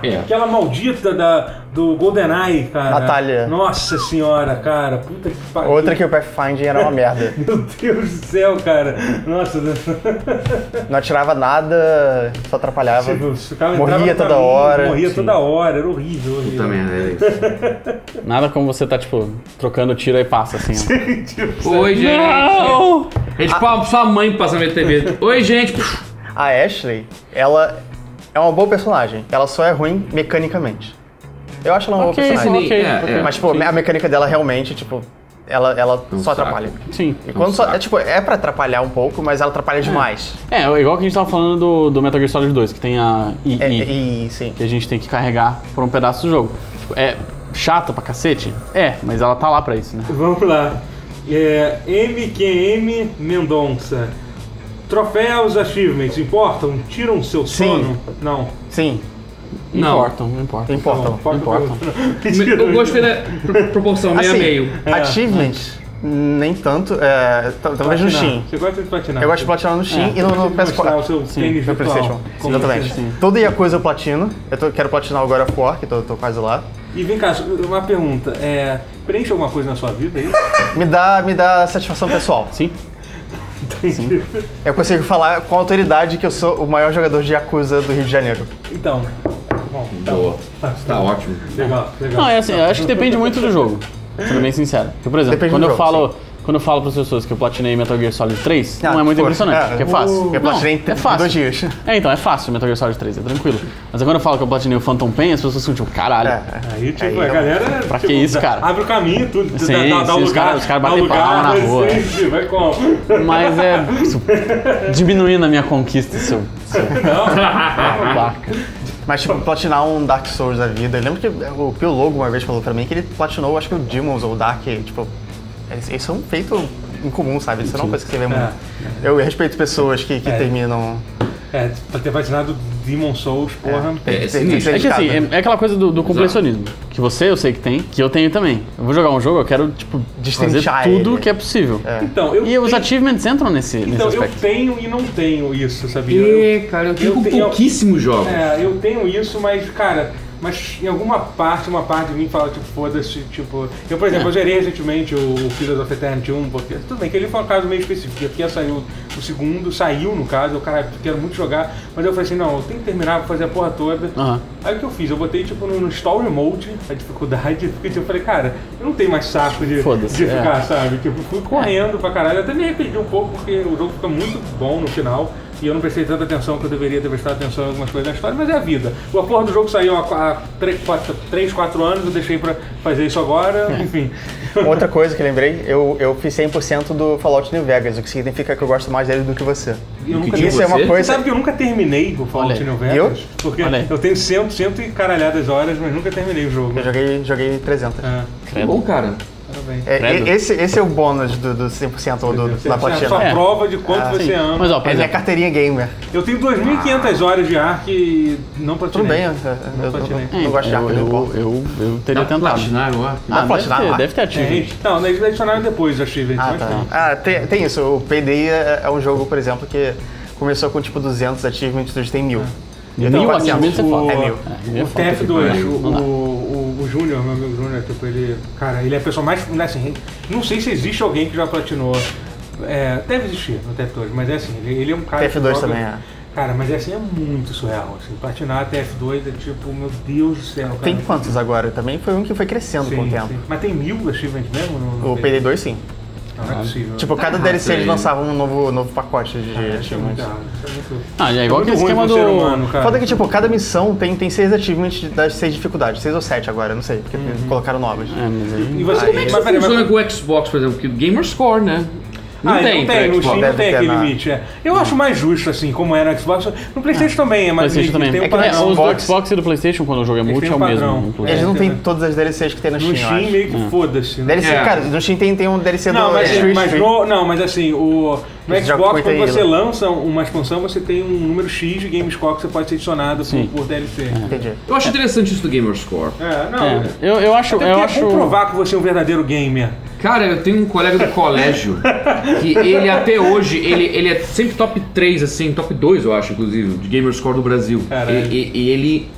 S3: muito.
S1: a-
S4: É.
S1: aquela maldita da, do GoldenEye, cara.
S3: Natália.
S1: Nossa senhora, cara. Puta que pariu.
S3: Outra que o Pathfinding era uma merda.
S1: Meu Deus do céu, cara. Nossa,
S3: Não atirava nada, só atrapalhava.
S1: você ficava-
S3: Morria
S1: Tipo, entrava no
S3: toda
S1: caminho,
S3: hora,
S1: Morria
S3: sim.
S1: toda hora, era horrível. horrível.
S4: Puta merda, é isso.
S2: Nada como você tá, tipo, trocando tiro e passa, assim. ó. Ah,
S4: Oi, gente.
S2: Não!
S4: É tipo a sua mãe passando na TV. Oi, gente.
S3: A Ashley, ela é uma boa personagem. Ela só é ruim mecanicamente. Eu acho ela uma
S2: Ok,
S3: boa
S2: sim,
S3: personagem.
S2: ok.
S4: É, é.
S3: Mas, tipo, a mecânica dela realmente, tipo, ela, ela
S4: Um
S3: só
S4: saco.
S3: atrapalha.
S2: Sim.
S3: E quando
S4: Um
S3: só,
S4: saco.
S3: é, tipo, é pra atrapalhar um pouco, mas ela atrapalha demais.
S2: É, igual que a gente tava falando do, do Metal Gear Solid 2, que tem a
S3: É,
S2: II,
S3: e, sim.
S2: que a gente tem que carregar por um pedaço do jogo. Tipo, É chata pra cacete? É, mas ela tá lá pra isso, né?
S1: Vamos lá. É, MQM Mendonça. Troféus achievements importam? Tiram seu
S3: Sim.
S1: sono? Não.
S3: Sim,
S4: Não.
S2: Importam, não importam.
S1: Não,
S3: importam.
S1: foca
S2: importa.
S1: no-
S4: Eu gostei da proporção, meio a
S3: Assim,
S4: meio.
S3: achievements Nem tanto. É, ta- talvez no Steam.
S1: Você gosta de platinar?
S3: Eu gosto de platinar no Steam e no, no
S1: Mostrar o
S3: PS4.
S1: seu tênis
S3: No
S1: virtual.
S3: PlayStation.
S1: Como
S3: Exatamente.
S1: você- sim.
S3: Toda Yakuza eu platino. Eu tô- quero platinar agora a 4, que tô, tô quase lá.
S1: E vem cá, uma pergunta. É, preenche alguma coisa na sua vida é aí?
S3: Me dá, me dá satisfação pessoal.
S2: Sim.
S3: Eu consigo falar com autoridade que eu sou o maior jogador de Yakuza do Rio de Janeiro.
S1: Então. Bom, tá,
S4: Boa. Tá ótimo.
S1: legal, legal.
S2: Não, é assim, eu acho que depende muito do jogo. Sendo bem sincero. Porque, por exemplo,
S3: Depende
S2: quando
S3: do
S2: eu
S3: jogo,
S2: falo. Quando eu falo para as pessoas que eu platinei Metal Gear Solid 3,
S3: Ah,
S2: não é muito
S3: pô,
S2: impressionante,
S3: é,
S2: porque é fácil.
S3: eu platinei
S2: não,
S3: em
S2: é fácil.
S3: dois dias.
S2: É, então, é fácil Metal Gear Solid 3, é tranquilo. Mas quando eu falo que eu platinei o Phantom Pain, as pessoas ficam tipo, caralho.
S3: É.
S1: Aí, tipo,
S3: Aí
S1: a
S3: eu-
S1: galera.
S2: um Pra
S1: tipo,
S2: que isso, cara?
S1: Abre o caminho, tudo.
S2: Sim,
S1: dá, dá, dá
S2: sim,
S1: o
S2: os
S1: lugar,
S2: cara- os
S1: dá
S2: cara
S1: o
S2: batem
S1: lugar,
S2: palma na
S1: mas
S2: rua.
S1: sim, sim, vai como?
S2: Mas é isso, diminuindo a minha conquista, seu, seu babaca.
S3: Mas, tipo, platinar um Dark Souls da vida. Eu lembro que o Pio Logo uma vez falou pra mim que ele platinou, acho que o Demons ou o Dark, tipo. eles- Eles são um feito incomum, sabe? Isso não é uma coisa que você vê muito. Eu respeito pessoas que, que
S1: É.
S3: terminam.
S1: É, pra ter patinado Demon Souls, porra.
S4: É, é
S3: Tem- tem que né?
S4: sinistro.
S3: ser-
S2: É que assim, é, é aquela coisa do, do completionismo. Que você, eu sei que tem, que eu tenho também. Eu vou jogar um jogo, eu quero, tipo, fazer
S3: Destrinchar
S2: tudo
S3: ele.
S2: que é possível.
S1: Então, eu.
S2: E os
S1: tenho-
S2: achievements entram nesse, nesse
S1: Então, eu
S2: aspecto.
S1: tenho e não tenho isso, sabia? Eu-
S4: E, cara, eu tenho
S1: Eu tenho-
S4: pouquíssimos jogos.
S1: É, eu tenho isso, mas, cara, mas em alguma parte, uma parte de mim fala, tipo, foda-se, tipo. Eu, por exemplo, eu gerei recentemente o Pillars of Eternity 1, porque. Tudo bem, que ele foi um caso meio específico, porque saiu o segundo, saiu no caso, eu, cara, quero muito jogar, mas eu falei assim, não, eu tenho que terminar, vou fazer a porra toda.
S2: Aham.
S1: Aí o que eu fiz? Eu botei, tipo, no, no Stall Remote a dificuldade, porque tipo, eu falei, cara, eu não tenho mais saco de,
S2: Foda-se,
S1: de
S2: é.
S1: ficar, sabe? Tipo, fui correndo pra caralho. Até me arrependi um pouco, porque o jogo fica muito bom no final. E eu não prestei tanta atenção que eu deveria ter prestado atenção em algumas coisas na história, mas é a vida. O acordo do jogo saiu há 3, 4, anos, eu deixei pra fazer isso agora,
S2: É.
S1: enfim.
S3: Outra coisa que eu lembrei, eu, eu fiz 100% do Fallout New Vegas, o que significa que eu gosto mais dele do que você.
S1: Eu nunca
S4: de
S3: Isso é
S4: você?
S3: uma
S1: Você
S3: coisa.
S1: sabe que eu nunca terminei o Fallout
S2: Olha aí.
S1: New Vegas? Porque
S2: Olha aí. É.
S1: eu tenho cento, cento e caralhadas horas, mas nunca terminei o jogo.
S3: Eu joguei, joguei 300.
S1: É,
S4: Que Tá bom, cara.
S1: parabéns.
S3: É,
S2: Credo.
S3: e- esse, esse é o bônus do, do 100% ou do,
S1: Você-
S3: da
S1: você- a
S3: platina.
S1: sua
S2: É.
S1: prova de quanto você
S2: Sim.
S1: ama.
S2: Mas ó, por
S3: É minha
S2: exemplo,
S3: carteirinha gamer.
S1: Eu tenho 2.500 horas de Ark e não platinei.
S3: Tudo bem, eu, eu- eu-
S1: platinei.
S3: eu não gosto de
S2: eu,
S3: arco, né?
S2: É,
S3: não
S2: eu,
S3: importa.
S2: eu, eu teria tentado.
S4: Platinar, eu acho.
S2: Ah, deve
S3: platinar
S2: ter,
S3: lá?
S2: deve ter
S1: É,
S2: achievement.
S1: né? gente, não, eles adicionaram depois então, os achievements.
S3: Ah,
S1: mas
S3: tá.
S1: tem.
S3: Ah, tem, tem isso. O PDI é, é um jogo, por exemplo, que começou com tipo 200 achievements, hoje tem mil. E eu
S2: Mil
S3: tenho
S1: um
S3: 400.
S2: achievements é foda.
S3: É mil.
S2: É, é
S1: Então, O
S2: foda,
S1: TF2,
S4: é.
S1: o,
S2: Não dá.
S1: o, o Júnior, meu amigo Júnior, tipo, ele. Cara, ele é a pessoa mais. né, Assim, não sei se existe alguém que já platinou. É, deve existir no TF2, mas é assim, ele, ele é um cara. que
S3: TF2
S1: joga-
S3: também é.
S1: Cara, mas é assim, é muito surreal. Assim, platinar TF2 é tipo, meu Deus do céu. Cara.
S3: Tem quantos agora? Também foi um que foi crescendo
S1: Sim,
S3: com o tempo.
S1: sim. Mas tem mil achievements mesmo? No, no
S3: O PD2 sim.
S1: Não, não é possível.
S3: Tipo, cada
S4: Ah,
S3: DLC eles
S4: sei.
S3: lançavam um novo, novo pacote de
S1: isso é muito.
S3: achievements.
S1: isso é muito-
S2: Ah, é
S1: É
S2: igual
S1: muito
S2: aquele
S1: ruim
S2: esquema
S1: pro
S2: do.
S1: ser humano, cara.
S3: Foda que, tipo, cada missão tem, tem seis achievements das seis dificuldades. Seis ou sete agora, não sei, porque colocaram novas.
S2: É, mas aí-
S1: E você, mas, peraí, mas-
S4: Funciona com o Xbox, por exemplo, que o Gamer Score, né? Não
S1: ah, não tem,
S4: tem, pra
S1: no
S4: Xbox.
S1: Steam não
S3: Deve
S1: tem
S3: ter
S1: aquele
S3: na-
S1: limite. é. Eu acho mais justo, assim, como era no Xbox. No Playstation também é mais
S2: PlayStation também.
S1: Tem um
S2: É que, é,
S1: padrão.
S2: os do
S3: Xbox.
S2: Xbox e do PlayStation, quando o jogo é multi,
S1: têm
S2: é o
S1: um padrão.
S2: mesmo. inclusive.
S3: Eles não
S1: Entendeu?
S3: têm todas as DLCs que tem no Steam,
S1: No
S3: eu
S1: Steam
S3: acho.
S1: meio que foda-se. né?
S3: DLC,
S4: É.
S3: cara, no Steam tem, tem um DLC
S1: Não,
S3: do
S1: mas, assim,
S3: Street
S1: mas
S3: Fighter.
S1: no, não, mas assim, o, no
S3: né? Esse jogo
S1: Xbox,
S3: foi
S1: quando
S3: daí,
S1: você
S3: né?
S1: lança uma expansão, você tem um número X de Gamescore que você pode ser adicionado por,
S2: Sim.
S1: por DLC.
S3: Entendi.
S4: Eu acho interessante isso do Gamer Score.
S1: É, não.
S2: É, eu, eu acho.
S1: Até
S2: Eu
S1: porque é
S2: acho
S1: bom provar que você é um verdadeiro gamer.
S4: Cara, eu tenho um colega do colégio que ele até hoje, ele, ele é sempre top 3, assim, top 2, eu acho, inclusive, de Gamer Score do Brasil.
S1: Caralho.
S4: E, e- e ele.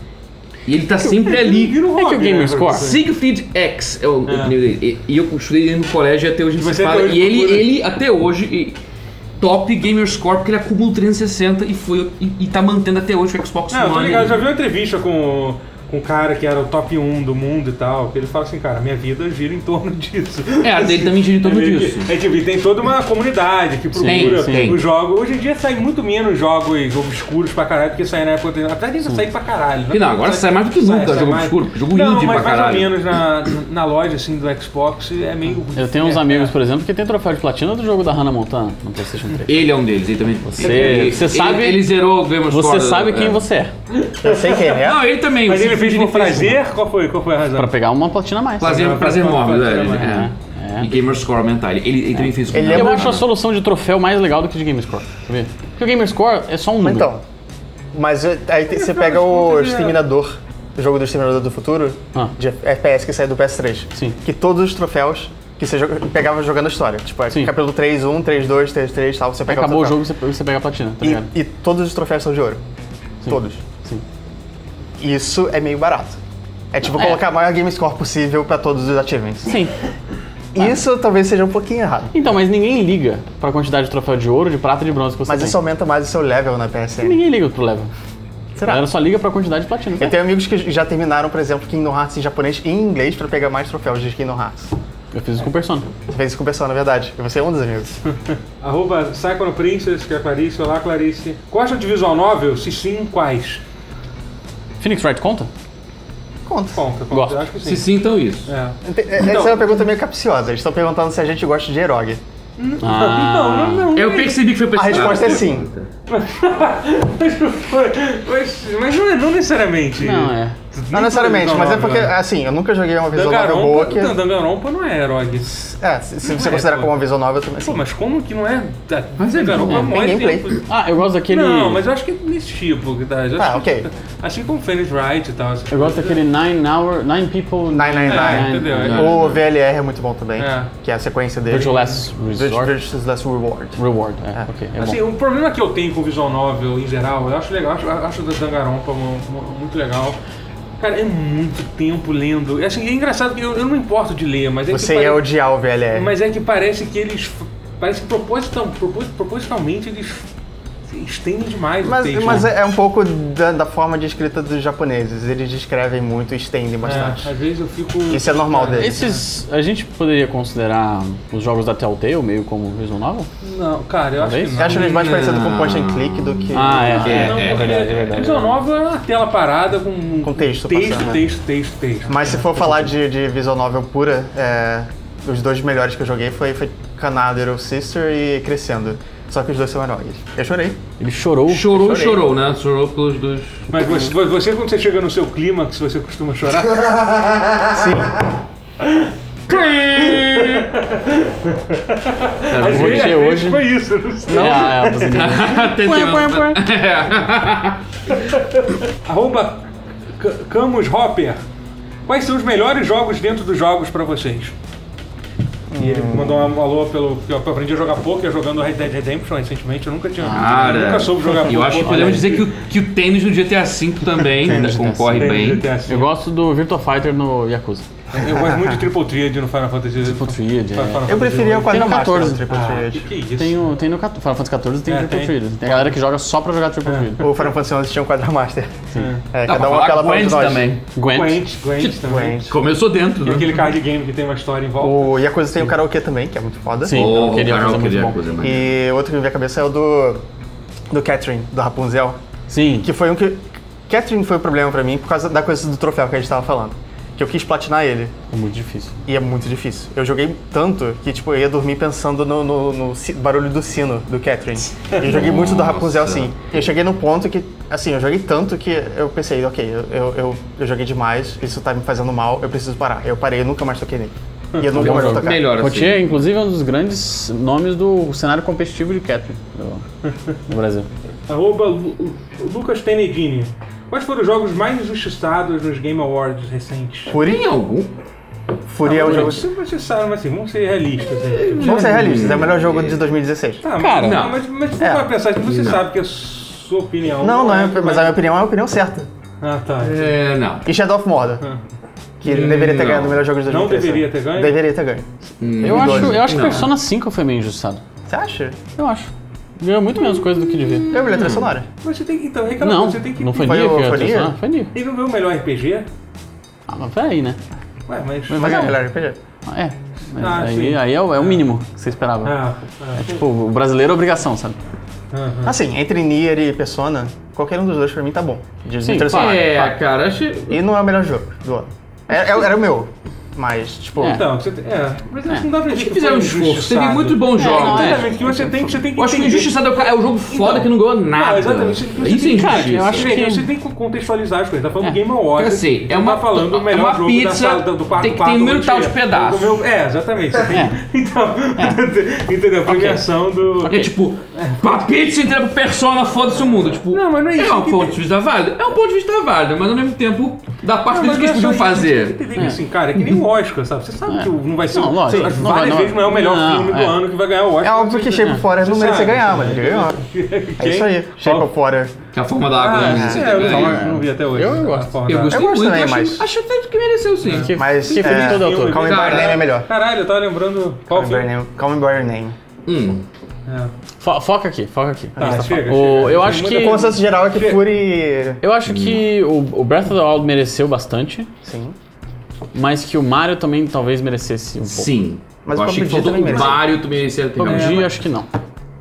S4: E ele tá sempre ali.
S1: Vira um
S2: É que o
S1: hobby, né,
S2: Gamer
S1: pra
S2: Score-
S1: você.
S4: Siegfried X é o, o primeiro dele. E, e eu estudei ele no colégio e até hoje a gente
S1: Você
S4: se fala.
S1: até hoje
S4: E ele,
S1: procura.
S4: ele até hoje. e- top Gamer Score, porque ele acumula 360 e foi. E, e tá mantendo até hoje o Xbox
S1: Não, eu tô
S4: One.
S1: ligado, eu já vi uma entrevista com, o- com um cara que era o top 1 do mundo e tal, que ele fala assim, cara, minha vida gira em torno disso.
S4: É, a dele também gira em torno
S1: É meio que-
S4: disso.
S1: É tipo, e tem toda uma comunidade que procura
S4: sim.
S1: os jogos. Hoje em dia saem muito menos jogos obscuros pra caralho do que saem na época anterior. Apesar disso sair pra caralho. né?
S4: E não, agora sai mais do que nunca jogo
S1: mais.
S4: obscuro, jogo
S1: não,
S4: indie
S1: mas mais
S4: pra caralho.
S1: ou menos na, na loja assim do Xbox é meio.
S2: Eu tenho uns
S1: é,
S2: amigos,
S1: é.
S2: por exemplo, que tem troféu de platina do jogo da Hannah Montana no PlayStation 3.
S4: Ele é um deles, ele também.
S2: Você-
S4: ele,
S2: você
S4: ele-
S2: sabe-
S4: Ele zerou o Gamer Score.
S2: Você sabe quem
S4: é.
S2: você é.
S3: Eu sei quem é.
S4: Não, ele também.
S1: Mas
S4: o
S1: ele fez
S4: Siegfried
S1: por
S4: uma.
S1: prazer? Qual foi, qual foi a razão?
S2: Pra pegar uma platina a mais.
S4: Prazer,
S1: Não,
S4: prazer
S1: pra- pra-
S4: mórbido,
S1: pra-
S4: é. ele-
S1: pra-
S4: é. E Gamer Score aumentar. Ele, ele, ele também fez com
S3: Ele é
S2: Eu
S3: bom.
S2: acho a solução de troféu mais legal do que de Gamerscore, sabia? Porque o Gamerscore é só um número.
S3: Então, mas eh, aí te-
S2: é
S3: você pega o Exterminador, o jogo do Exterminador do Futuro,
S2: Ah.
S3: de FPS que saiu do PS3.
S2: Sim.
S3: Que todos os troféus que você joga- pegava jogando a história. Tipo, é
S2: Sim.
S3: capítulo 3, 1, 3, 2, 3, 3 tal, você pega
S2: Acabou o
S3: troféu.
S2: jogo, você, você pega a platina, tá ligado?
S3: então, tá, E, e todos os troféus são de ouro. Todos.
S2: Sim.
S3: Isso é meio barato. É tipo
S2: É.
S3: colocar a maior game score possível pra todos os achievements.
S2: Sim.
S3: Isso talvez seja um pouquinho errado.
S2: Então, mas ninguém liga pra quantidade de troféu de ouro, de prata e de bronze que você
S3: Mas
S2: tem.
S3: isso aumenta mais o seu level na PSN.
S2: Ninguém liga pro level. A
S3: Será?
S2: galera só liga pra quantidade de platina.
S3: Eu tenho amigos que já terminaram, por exemplo, Kingdom Hearts em japonês e em inglês pra pegar mais troféus de Kingdom Hearts.
S2: Eu fiz isso com o Persona.
S3: Você fez isso com o pessoal, na verdade. E você é um dos amigos.
S1: Arroba Psycho Princess, que é a Clarice. Olá, Clarice. é Gosta de visual novel? Se sim, quais?
S2: Phoenix Wright conta?
S3: Conta.
S1: Conta, conta.
S2: Gosto.
S1: Eu acho que
S4: Se
S1: sim.
S4: sim, então isso.
S1: É.
S3: Ente- é- Essa é uma pergunta meio capciosa. Eles estão perguntando se a gente gosta de Herogue.
S1: Então, Não, não, não.
S4: Ah, Eu percebi que foi pra
S3: A
S4: esse lado.
S3: resposta é sim.
S1: Mas, mas não, é- não necessariamente.
S2: Não, é.
S3: Não necessariamente, mas é porque,
S1: né?
S3: assim, eu nunca joguei uma visão novel boa que...
S1: Dangarompa, Dangarompa então, não é herói.
S3: É, se se você considerar
S1: pô.
S3: como uma visão novel, também
S1: Pô,
S3: assim.
S1: mas como que não é? Mas Dangarompa é, é
S3: Tem gameplay.
S2: Ah, eu gosto daquele.
S1: Não, mas eu acho que é nesse tipo. Tá? Eu
S3: Ah,
S1: acho que-
S3: ok.
S1: Assim como Phoenix Wright e tal. essas
S2: Eu gosto daquele Nine Hour. Nine People.
S1: É,
S3: 999.
S1: entendeu?
S2: Nine-
S1: É.
S3: O VLR é muito bom também,
S1: É.
S3: que é a sequência dele.
S2: Virtual Last
S3: Virtu-
S2: Resort.
S3: Virtuous Last Reward.
S2: Reward, é, ok. É
S1: Assim,
S2: bom.
S1: o problema que eu tenho com o visual novel em geral, eu acho legal, acho, acho o da Dangarompa mu- mu- muito legal. Cara, é muito tempo lendo. E, Assim, é engraçado que eu, eu não me importo de ler, mas é
S3: Você
S1: que
S3: ia
S1: pare-
S3: odiar o VLR.
S1: mas é que parece que eles f- parece que proposital, propos- propositalmente eles estendem demais o
S3: Mas,
S1: texto.
S3: mas é é um pouco da, da forma de escrita dos japoneses. Eles descrevem muito e estendem
S1: É,
S3: bastante.
S1: às vezes eu fico
S3: Isso é normal deles.
S2: Esses. A gente poderia considerar os jogos da Telltale meio como Visual Novel?
S1: Não, cara, eu acho que
S2: Talvez.
S1: não.
S3: Eu acho eles mais parecidos com point and click do que...
S2: Ah, é.
S4: É,
S1: Não,
S4: é,
S1: porque
S4: verdade, é verdade.
S1: Visual Novel é uma tela parada com,
S3: Com texto
S1: texto,
S3: passando, né?
S1: texto, texto, texto.
S3: Mas se for falar de, de visual novel pura, é, os dois melhores que eu joguei foi, foi Canada Little Sister e Crescendo. Só que os dois são heróis. Eu chorei.
S2: Ele chorou.
S4: Chorou,
S3: Chorei.
S4: chorou, né? Chorou pelos dois.
S1: Mas você, você, quando você chega no seu clímax, você costuma chorar?
S3: Sim.
S4: Cara,
S1: Às
S4: vou
S1: vezes-
S2: dizer
S1: às vezes
S2: hoje-
S1: Foi isso, eu não sei.
S2: É, é, você tem-
S4: Entendeu?
S1: Arroba C- Camus Hopper. Quais são os melhores jogos dentro dos jogos pra vocês? E ele mandou um alô pelo. que Eu aprendi a jogar poker jogando Red Dead Redemption recentemente. Eu nunca tinha.
S4: Cara,
S1: nunca soube jogar
S4: eu acho que podemos dizer que o, que o tênis do GTA V também
S2: Tênis do GTA V.
S4: concorre bem.
S2: Eu gosto do Virtua Fighter no Yakuza.
S1: assim, Eu gosto muito de Triple Triad no Final Fantasy.
S2: Triple Triad, é.
S1: Final Fantasy
S3: Eu preferia o
S1: VIII.
S3: quadrinho
S2: Tem no
S3: mágico
S2: 14.
S3: do Triple tipo,
S1: Que
S3: Triad.
S1: que é isso?
S2: Tem, um o, tem no cat- Final Fantasy XIV tem
S1: É,
S2: Triple
S1: tem.
S2: Triad. Tem a galera que joga só pra jogar Triple Triad.
S3: O Final Fantasy XI tinha um quadro master. É,
S4: Dá
S3: cada
S4: pra
S3: um apela pra
S4: falar
S3: um
S4: Gwent
S3: de nós.
S4: também.
S2: Gwent.
S1: Gwent, Gwent também.
S3: Gwent.
S4: Começou dentro,
S1: E
S4: né?
S1: aquele card game que tem uma história em volta.
S3: O Yakuza tem o karaokê também, que é muito foda.
S2: Sim,
S4: Oh,
S2: eu queria
S4: cara,
S2: fazer é
S4: né? eu
S2: muito
S4: queria
S2: bom.
S4: coisa mais.
S3: E outro que me veio à cabeça é o do. do Catherine, do Rapunzel.
S2: Sim.
S3: Que foi um que. Catherine foi o problema pra mim por causa da coisa do troféu que a gente tava falando. Que eu quis platinar ele.
S2: É muito difícil.
S3: E é muito difícil. Eu joguei tanto que, tipo, eu ia dormir pensando no, no- no si- barulho do sino do Catherine. Eu joguei muito do Rapunzel
S4: Nossa.
S3: assim. Eu cheguei num ponto que, assim, eu joguei tanto que eu pensei, ok, eu, eu, eu, eu joguei demais, isso tá me fazendo mal, eu preciso parar. Eu parei, eu nunca mais toquei nele. E eu nunca mais vou tocar.
S4: Melhor assim.
S2: Rotier, inclusive, é um dos grandes nomes do cenário competitivo de Catherine do, do Brasil.
S1: Arroba Lu- Lu- Lucas Tenedini. Quais foram os jogos mais injustiçados nos Game Awards recentes?
S4: Tem
S3: Fúria,
S4: algum?
S3: Fúria é um jogo.
S1: Você você sabe, mas assim, vamos ser realistas. né?
S3: Vamos ser realistas, é o melhor jogo de 2016.
S1: Tá, mas-
S2: Cara,
S1: não, mas, mas você
S3: É.
S1: vai pensar, você sabe que a sua opinião.
S3: Não, não é, mas a minha opinião é a opinião certa.
S1: Ah, tá.
S4: É, não.
S3: E Shadow of Mordor. Que ele deveria ter
S4: Não.
S3: ganhado o melhor jogo de 2016.
S1: Não deveria ter ganho?
S3: Deveria ter ganho.
S4: Hum,
S2: Eu acho, eu acho que
S4: Não.
S2: Persona 5 foi meio injustiçado.
S3: Você acha?
S2: Eu acho. Ganhou muito menos coisa do que devia.
S3: É a melhor trilha sonora.
S1: Mas você tem que. Então, é aquela
S2: Não,
S1: coisa, você tem que.
S2: não foi
S3: Foi
S2: Nia
S3: o-
S2: que
S3: foi
S2: foi
S3: Nia?
S2: Não, foi Nia.
S1: Ele não ganhou o melhor RPG?
S2: Ah, mas peraí, né?
S1: Ué, mas.
S3: Mas é o
S2: não.
S3: melhor RPG.
S2: Ah, É. Mas
S1: Ah, sim.
S2: aí aí é, o, é o mínimo que você esperava.
S1: Ah,
S2: É tipo, o brasileiro é obrigação, sabe?
S1: ah, ah.
S3: Assim, entre Nier e Persona, qualquer um dos dois pra mim tá bom. De de
S2: Sim,
S3: trilha sonora.
S4: É, cara, acho.
S3: E não é o melhor jogo do ano. É- é- era o meu, mas, tipo...
S2: É.
S1: Então, você tem. É, mas acho que não dá pra
S4: Acho
S1: dizer
S4: que fizeram um
S1: foi
S4: esforço. Teve
S1: injustiçado.
S4: muito bons jogos.
S2: não, é.
S1: Exatamente, que você tem, você tem que.
S4: Eu acho que o
S1: entender-
S4: injustiçado é o ca- é o jogo foda
S1: Então.
S4: que não ganhou nada.
S1: Não, exatamente.
S4: Isso é
S1: Você-
S2: cara, eu
S4: injustiça.
S2: acho
S1: Gente,
S2: que-
S1: Você tem que contextualizar as coisas. Tá falando Game Awards.
S4: Porque, assim, é
S1: não
S4: uma-
S1: tá falando o melhor
S4: é uma
S1: jogo da
S4: pizza,
S1: sala, do, do quarto
S4: tem que ter
S1: quarto,
S4: número
S1: onde
S4: tal de
S1: é.
S4: pedaços.
S1: Do meu- é, exatamente. Você tem-
S2: É.
S1: Então, entendeu? A premiação do...
S4: É tipo, uma pizza entrega pro persona, foda-se o mundo. Tipo,
S1: Não, mas não é isso
S4: um
S1: que
S4: ponto de vista válido? É um ponto de vista válido, mas ao mesmo tempo da
S1: Ah,
S4: parte deles que eles podiam fazer. É.
S1: É. Assim, cara, é que nem o Oscar, sabe? Você sabe que não vai ser.
S2: Não, lógico,
S1: sei lá,
S2: não vai,
S1: várias
S2: não.
S1: vezes não é o melhor
S2: Não,
S1: filme do
S2: é.
S1: ano que vai ganhar o Oscar.
S3: É óbvio que Shape of Water não
S1: Você
S3: merecia
S1: sabe,
S3: ganhar, mas
S1: né?
S3: ele ganhou. É isso aí. Shape of Water.
S4: Que a forma da água.
S1: Ah,
S4: né?
S1: é, eu não vi-
S4: Eu
S1: não vi até hoje.
S2: Eu
S1: essa
S2: gosto.
S1: forma
S4: eu
S1: da-
S4: gostei
S3: Eu gosto
S4: muito,
S3: também,
S4: acho,
S3: mas-
S4: acho tanto que mereceu sim.
S2: Que,
S3: Mas,
S2: que filme
S3: é,
S2: todo
S1: filme-
S2: autor.
S3: Call Me By Your
S4: Cara,
S3: Name é melhor. É
S1: Caralho, eu tava lembrando qual
S3: Call Me By Your
S1: filme.
S3: Name. Call Me By Your Name.
S4: Hum.
S1: É.
S2: Fo- foca aqui, foca aqui.
S1: Tá, chega. chega.
S2: O- eu
S1: Tem
S2: acho
S1: muita
S2: que-
S3: O consenso geral é que Fury...
S2: Eu acho que o, o Breath of the Wild mereceu bastante,
S3: Sim.
S2: mas que o Mario também talvez merecesse um pouco.
S4: Sim.
S3: Mas
S4: eu
S3: o
S4: achei que
S3: PUBG
S4: faltou
S3: também
S4: o
S3: merece.
S4: Mario tu merecia ter
S2: PUBG
S4: ganhado.
S2: eu acho que não.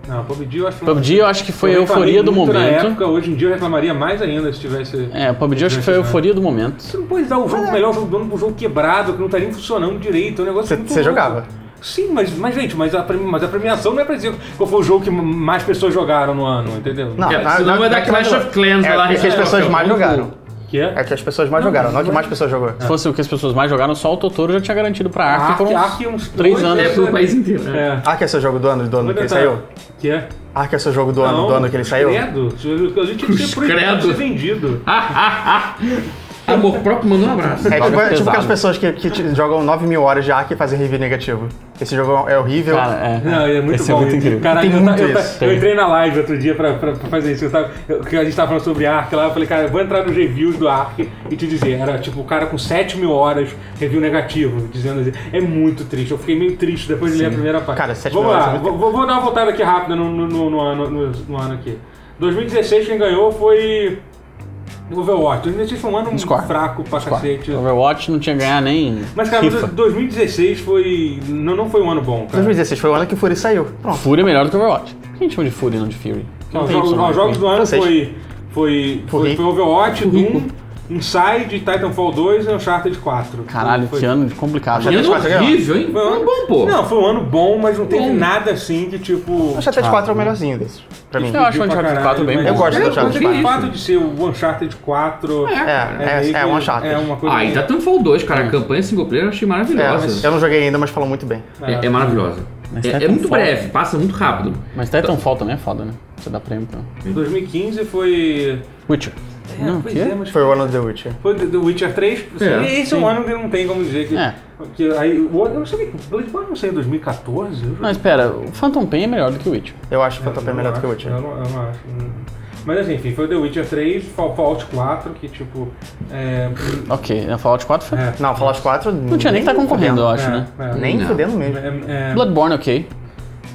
S1: Não, PUBG eu acho que-
S2: PUBG eu acho que foi a
S1: Eu reclamei
S2: euforia do
S1: muito Na
S2: momento.
S1: época, hoje em dia eu reclamaria mais ainda se tivesse.
S2: É, o PUBG eu acho que foi a euforia do momento.
S1: Você não pode dar o
S2: é.
S1: jogo, o melhor jogo do ano pro jogo quebrado, que não tá nem funcionando direito. É um negócio
S3: Você-
S1: muito
S3: você
S1: louco.
S3: jogava?
S1: Sim, mas, mas gente, mas a, premi- mas a premiação não é pra dizer qual foi o jogo que mais pessoas jogaram no ano, entendeu?
S3: Não,
S4: É,
S3: não,
S4: senão
S3: não,
S4: vai dar
S3: não é que mais
S4: Clash of Clans,
S3: é,
S4: vai lá
S3: é que as
S4: resolve,
S3: pessoas
S4: é
S3: mais
S4: muito-
S3: jogaram.
S1: Que é?
S3: É que as pessoas mais jogaram, não é que mais pessoas jogou.
S2: Se fosse o que as pessoas mais jogaram, só o Totoro já tinha garantido pra Ark por uns
S1: Ark é uns
S2: três
S1: dois,
S2: anos.
S4: É pro país inteiro. né?
S1: É.
S3: Ark é seu jogo do ano, do ano que ele saiu?
S1: Que é?
S3: Ark é seu jogo do ano,
S1: Não,
S3: do ano que ele saiu?
S2: é
S1: Credo. A gente tinha que
S4: Cruz
S1: ser proibido de
S4: credo.
S1: ser vendido.
S4: Amor próprio mandou um abraço.
S3: É tipo,
S2: Joga
S3: é tipo
S2: pesado.
S3: aquelas pessoas que, que te- jogam 9 mil horas de Ark e fazem review negativo. Esse jogo é horrível.
S2: Cara, é.
S1: Não, é muito
S2: Esse
S1: bom.
S2: é muito incrível.
S1: Caralho,
S3: Tem
S1: eu, ta-
S3: muito
S1: eu ta-
S3: isso.
S1: eu entrei na live outro dia pra, pra- pra fazer isso. Eu tava- eu- que a gente tava falando sobre Ark lá. Eu falei, cara, eu vou entrar nos reviews do Ark e te dizer. Era tipo o cara com 7 mil horas, review negativo, dizendo assim. É muito triste. Eu fiquei meio triste depois de ler a primeira parte.
S3: Cara, 7 mil
S1: Vamos
S3: horas é
S1: lá, vou,
S3: muito
S1: vou- vou dar uma voltada aqui rápida no, no- no- no ano, no- no ano aqui. 2016 quem ganhou foi. Overwatch. 2016 foi um ano
S2: Discordo.
S1: fraco pra cacete.
S2: Overwatch não tinha ganhar nem
S1: Mas, cara,
S2: FIFA.
S1: 2016 foi. Não, não foi um ano bom, cara.
S3: 2016 foi o ano que Fury saiu. Pronto.
S2: Fury é melhor do que Overwatch. Por que a gente chama de Fury, não de Fury?
S1: Não,
S2: Não
S1: os
S2: tem
S1: jogos,
S2: Y,
S1: os jogos do ano
S3: Francês.
S1: foi, foi, foi,
S3: Furri.
S1: foi Overwatch, Doom, Inside, Titanfall 2 e Uncharted 4.
S2: Caralho,
S1: foi,
S2: que ano de complicado.
S3: Acho
S4: E
S3: que-
S2: Acho
S4: ano
S3: Acho ganhou.
S4: horrível, hein?
S1: Foi um ano
S4: bom, pô.
S1: Não, foi um ano bom, mas não teve
S4: Bom.
S1: nada assim que tipo.
S3: O Chatete 4 é o melhorzinho desses, pra mim.
S2: Eu acho o
S1: pra
S2: Uncharted
S1: caralho,
S2: 4 bem
S1: mas-
S2: bom.
S3: Eu gosto do
S1: É,
S3: Uncharted
S1: mas O
S4: 4.
S1: fato de ser o Uncharted 4
S3: É, é-
S1: meio
S3: é
S1: que
S3: um Uncharted.
S1: É uma coisa.
S4: Ah, e
S1: meio-
S4: Titanfall 2, cara. A campanha single player eu
S3: É,
S4: achei maravilhosa.
S3: eu não joguei ainda, mas falam muito bem.
S4: É, é maravilhosa.
S2: Mas
S4: É- É,
S2: Titanfall-
S4: muito breve, passa muito rápido.
S2: Mas Titanfall também é foda, né? Você dá prêmio pra...
S1: 2015 foi.
S2: Witcher.
S1: É,
S2: Não,
S1: pois
S2: que?
S1: é, mas
S3: Foi o ano do The Witcher.
S1: Foi The The Witcher 3.
S4: É,
S1: esse é um ano que não tem como dizer que.
S2: É.
S1: que aí, o outro- eu não sabia que o Bloodborne não saiu em 2014. Eu
S2: Não, espera. O Phantom Pain é melhor do que o Witcher.
S3: Eu acho que o Top é
S1: Eu
S3: melhor do que o
S1: acho,
S3: Witcher.
S1: Eu não, eu não acho. Hum. Mas assim, enfim, foi The Witcher 3, Fall- Fallout 4, que tipo. É,
S2: Ok, né, Fallout 4 foi...
S1: É.
S3: Não, Fallout 4
S2: Não tinha nem que tá concorrendo, eu acho,
S1: é,
S2: né?
S1: é,
S3: Nem
S4: Não.
S3: fudendo mesmo.
S1: é, é,
S2: Bloodborne, ok.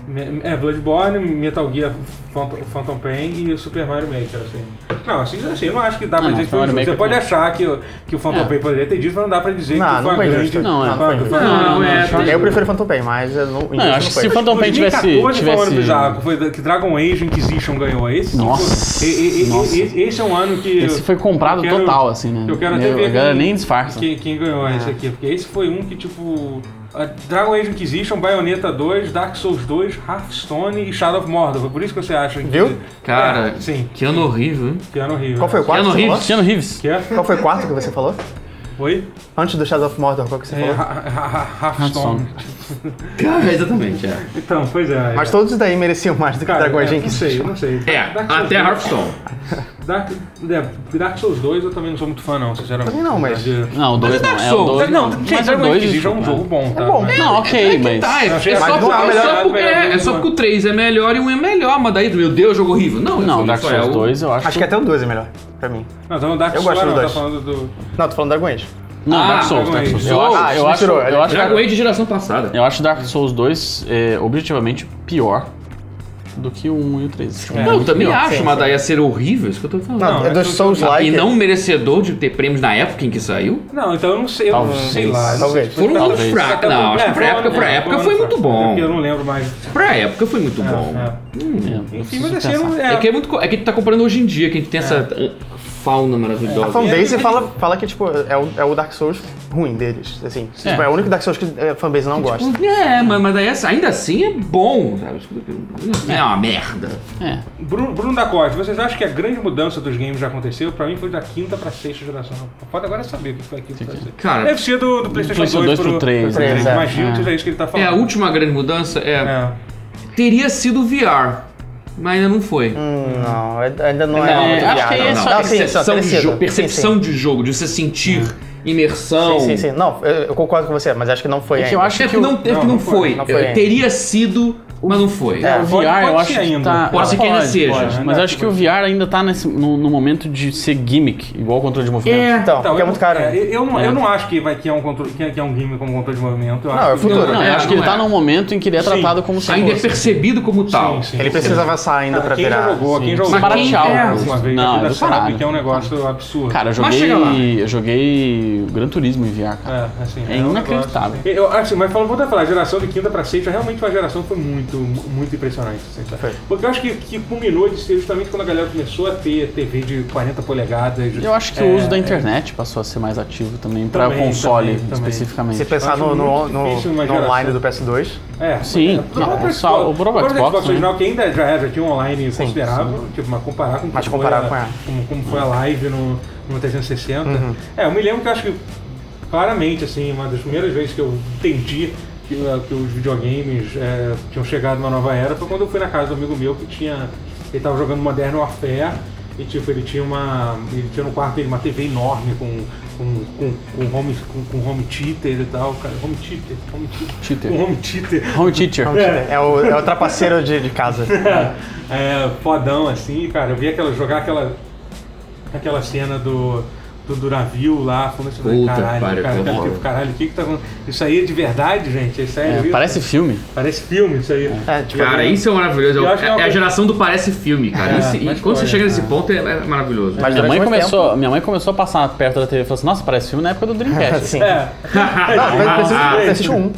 S1: Me- É, Bloodborne, Metal Gear Phantom, Phantom Pain e Super Mario Maker, assim. Não, assim, assim eu não acho que dá pra
S2: Ah,
S1: dizer
S2: não,
S1: que foi um jogo.
S2: Mario
S1: Você
S2: Maker
S1: pode
S2: não.
S1: achar que, o- que o Phantom
S2: É.
S1: Pain poderia ter dito, mas não dá pra dizer
S3: Não,
S1: que
S3: não
S1: foi
S3: foi
S1: uma grande...
S3: justo. Não,
S2: não
S1: foi
S3: foi
S1: uma-
S3: justo.
S1: uma-
S4: Não,
S1: uma-
S4: é,
S1: uma-
S4: foi-
S3: Eu prefiro Phantom Pain, mas eu não,
S2: Não, eu acho que se o Phantom Pain tivesse...
S1: 2014 foi um ano
S2: tivesse...
S1: bizarro, foi da- que Dragon Age Inquisition ganhou esse. tipo,
S2: Nossa,
S1: e- e- e-
S2: nossa.
S1: Esse, esse é um ano que.
S2: Esse foi comprado
S1: eu quero-
S2: total, assim, né?
S1: Eu quero
S2: Meu,
S1: até ver.
S2: a galera
S1: quem-
S2: nem disfarça.
S1: Quem, quem ganhou
S3: É.
S1: esse aqui? Porque esse foi um que, tipo. a Dragon Age Inquisition, Bayonetta 2, Dark Souls 2, Hearthstone e Shadow of Mordor. Foi por isso que você acha que.
S3: Viu?
S4: Cara,
S1: É, sim.
S4: que ano horrível, hein?
S1: Que é ano horrível.
S3: Qual foi o
S1: qual?
S3: 4 que
S4: Keanu
S3: você falou?
S4: Reeves.
S2: Keanu Reeves.
S1: Que é?
S3: Qual foi o 4 que você falou?
S1: Oi?
S3: Antes do Shadow of Mordor, qual que você
S1: É,
S3: falou?
S1: Ha- Ha- Ha- Hearthstone.
S4: Cara, exatamente, é.
S1: Então, pois é.
S3: Mas todos daí mereciam mais do que
S1: Cara,
S3: Dragon
S1: é,
S3: Age
S1: não
S3: Inquisition.
S1: sei, não sei.
S4: É,
S1: Dark Souls
S4: até
S1: 2.
S4: Hearthstone.
S1: Dark, é, Dark Souls 2 eu também não sou muito fã, não, sinceramente.
S3: Também não, mas-
S1: De-
S2: Não, o 2 não.
S4: Dark
S2: É o
S4: Souls.
S2: 2
S1: Não,
S2: não.
S1: gente,
S2: Mas o
S1: Dragon Age
S2: 2
S1: Inquisition é um jogo bom, tá?
S3: É bom.
S1: Mas-
S2: Não, ok, mas...
S4: Tá, é, é,
S1: achei-
S4: só,
S1: mas não é
S4: é,
S1: melhor,
S4: só
S1: não é
S4: porque,
S1: melhor,
S4: é,
S1: não é
S4: só
S1: melhor.
S4: porque o 3 é melhor e um é melhor, mas daí, meu Deus, jogo horrível. Não,
S2: Não,
S4: isso
S2: Dark
S4: só é
S2: Souls
S4: o-
S2: 2 eu acho
S3: Acho que até o 2 é melhor, pra mim.
S1: Não, tá no Dark
S3: Eu
S1: Souls,
S3: gosto do
S1: não, tá
S3: dois.
S1: falando do...
S3: Não, tô falando Dragon Age.
S2: Não,
S4: Ah,
S2: Dark Souls,
S1: Dragon
S2: Dark
S1: Age.
S2: Souls. Eu
S1: Ah,
S2: acho,
S3: acho
S2: eu
S3: que
S2: acho,
S3: tirou.
S2: eu acho,
S4: Dragon é Age de geração passada.
S2: eu acho Dark Souls 2 é, objetivamente pior do que o 1 e o
S1: É,
S2: Tipo, é 3.
S4: Não, eu também
S2: pior.
S4: acho,
S3: sim,
S4: mas
S3: sim.
S4: daí ia ser horrível, isso que eu tô falando.
S3: Não,
S1: Não,
S3: é
S1: é
S3: dos
S1: que eu-
S3: Souls
S4: e
S3: Like.
S4: não merecedor de ter prêmios na época em que saiu.
S1: Não, então eu não sei, eu não
S2: Talvez.
S1: sei lá. eu não
S3: Talvez.
S1: sei.
S4: Foram
S1: Tá-
S4: anos
S2: talvez.
S4: fracos. Não, acho que pra
S1: foi
S4: época,
S1: um
S4: pra
S1: ano-
S4: época
S1: um
S4: foi
S1: ano
S4: muito
S1: fraco. É
S4: bom.
S1: porque Eu não lembro mais.
S4: Pra época foi muito bom.
S1: É,
S2: É, eu
S1: Enfim,
S2: preciso
S1: mas assim, eu não-
S2: pensar.
S1: é,
S4: É que é muito. co- É que tu tá comprando hoje em dia, que a gente tem essa uh, fauna maravilhosa.
S3: A fanbase fala, fala que, tipo, é o, é o Dark Souls ruim deles, assim.
S2: É.
S3: Tipo, é o único Dark Souls que é, a fanbase não gosta.
S4: É, mas, mas daí essa- ainda assim é bom, sabe? Isso que eu- É uma merda.
S2: É.
S1: Bruno, Bruno da Costa, vocês acham que a grande mudança dos games já aconteceu? Pra mim foi da quinta pra sexta geração. Pode agora é saber o que foi aquilo. que vai ser.
S4: Cara-
S1: Deve ser do, do PlayStation,
S2: PlayStation
S1: 2
S2: dois pro três,
S1: pro três.
S3: né?
S1: Imagino
S2: É.
S1: que seja isso que ele tá
S4: É,
S1: falando.
S4: a última grande mudança é.
S1: É.
S4: Teria sido o VR. mas ainda não foi.
S3: Não, ainda não Hum, é
S4: Não,
S3: muito
S2: acho
S3: viável.
S2: que é só
S3: Não, sim, sim,
S4: percepção, de
S3: parecido.
S4: jogo, percepção
S3: Sim,
S4: de jogo, de você sentir
S3: sim.
S4: imersão.
S3: Sim, sim, sim. Não, eu eu concordo com você, mas acho que não
S2: É
S3: foi
S2: que
S3: ainda.
S2: eu acho que
S4: Acho que
S2: o-
S4: não, teve que não foi. É,
S3: não foi ainda.
S4: Teria sido, mas não foi.
S3: É.
S2: o
S1: Pode-
S2: VR,
S1: pode né?
S2: eu acho
S1: ser
S2: que
S1: ainda.
S2: tá.
S4: Pode ser que ainda seja.
S2: mas
S1: Ainda
S2: acho que o VR ainda tá nesse, no, no momento de ser gimmick, igual o controle de movimento.
S4: É.
S3: Então, porque é
S1: eu-
S3: muito caro.
S1: é, eu, não,
S2: É.
S1: eu não acho que, vai, que, é um controle, que, é, que é um game como controle de movimento. Eu
S3: Não,
S1: acho
S3: é
S1: que-
S3: futuro.
S2: Não, eu
S4: É,
S2: acho que
S4: não
S2: ele tá
S4: é.
S2: num momento em que ele é
S1: Sim.
S2: tratado como se
S4: Ainda é
S2: fosse.
S4: percebido como tal.
S1: sim.
S3: Ele precisa avançar ainda pra
S1: Quem
S3: virar.
S1: já jogou, quem já jogou
S2: Mas quem é?
S1: uma vez
S2: Não,
S1: na vida
S2: do
S1: sabe
S2: caralho.
S1: que é um negócio absurdo.
S2: Cara, eu
S4: Mas chega lá.
S2: joguei. Eu joguei Gran Turismo em VR, cara.
S1: É, assim,
S2: É
S1: um
S2: inacreditável.
S1: negócio, assim. Eu, assim, mas falando, voltando a falar, a geração de quinta pra sexta realmente foi uma geração que foi muito, muito impressionante. assim, tá?
S3: Foi.
S1: Porque eu acho que, que culminou de ser justamente quando a galera começou a ter TV de 40 polegadas.
S2: Eu acho que
S1: É,
S2: o uso da internet passou a ser mais ativo também, pra
S1: Também,
S2: console
S1: também, também.
S2: especificamente.
S3: Se pensar
S1: acho
S3: no, no,
S1: muito
S3: no-
S1: difícil uma
S3: no
S1: geração.
S3: online do PS2,
S1: É,
S2: Sim,
S1: é, pro
S2: não,
S1: próprio
S2: só
S1: Xbox.
S2: o próprio
S1: Agora
S2: Xbox, né?
S1: original, que ainda já, era- já tinha um online considerável, tipo, mas comparar com,
S3: Mas
S1: como
S3: comparar
S1: era-
S3: com a-
S1: como, como foi a live no, no 360. É, eu me lembro que eu acho que claramente, assim, uma das primeiras vezes que eu entendi que, eh, que os videogames eh, tinham chegado numa nova era foi quando eu fui na casa do amigo meu que tinha. Ele tava jogando Modern Warfare e tipo, ele tinha uma. Ele tinha no quarto dele uma TV enorme com. Com, com, com home, com, com home theater e tal, cara. Home theater, home theater.
S2: Cheater.
S1: Um home theater.
S2: Home Teacher.
S3: é, o, é o trapaceiro de, de casa.
S1: É, fodão assim, cara. Eu vi aquela, jogar aquela, aquela cena do, do, do navio lá, falando assim,
S4: Puta
S1: caralho,
S4: que pariu,
S1: cara,
S4: que
S1: cara,
S4: horror.
S1: tipo, caralho, o que que tá acontecendo? Isso aí é de verdade, gente? Isso aí é
S2: É,
S1: de-
S2: parece filme.
S1: parece filme, isso aí.
S3: É, tipo,
S4: Cara, isso é maravilhoso.
S1: Eu acho que é
S4: É,
S1: uma
S4: é a
S1: coisa-
S4: geração do parece filme, cara.
S1: É,
S4: Isso- e
S1: mas
S4: quando você
S1: foi,
S4: chega nesse ponto, é, é maravilhoso.
S3: Mas
S2: Minha
S3: durante
S2: mãe,
S3: muito
S2: começou, minha mãe começou a passar perto da TV e falou assim: Nossa, parece filme na época do Dreamcast.
S3: Sim.
S1: É.
S3: Ah,
S4: Ah,
S3: PlayStation 1.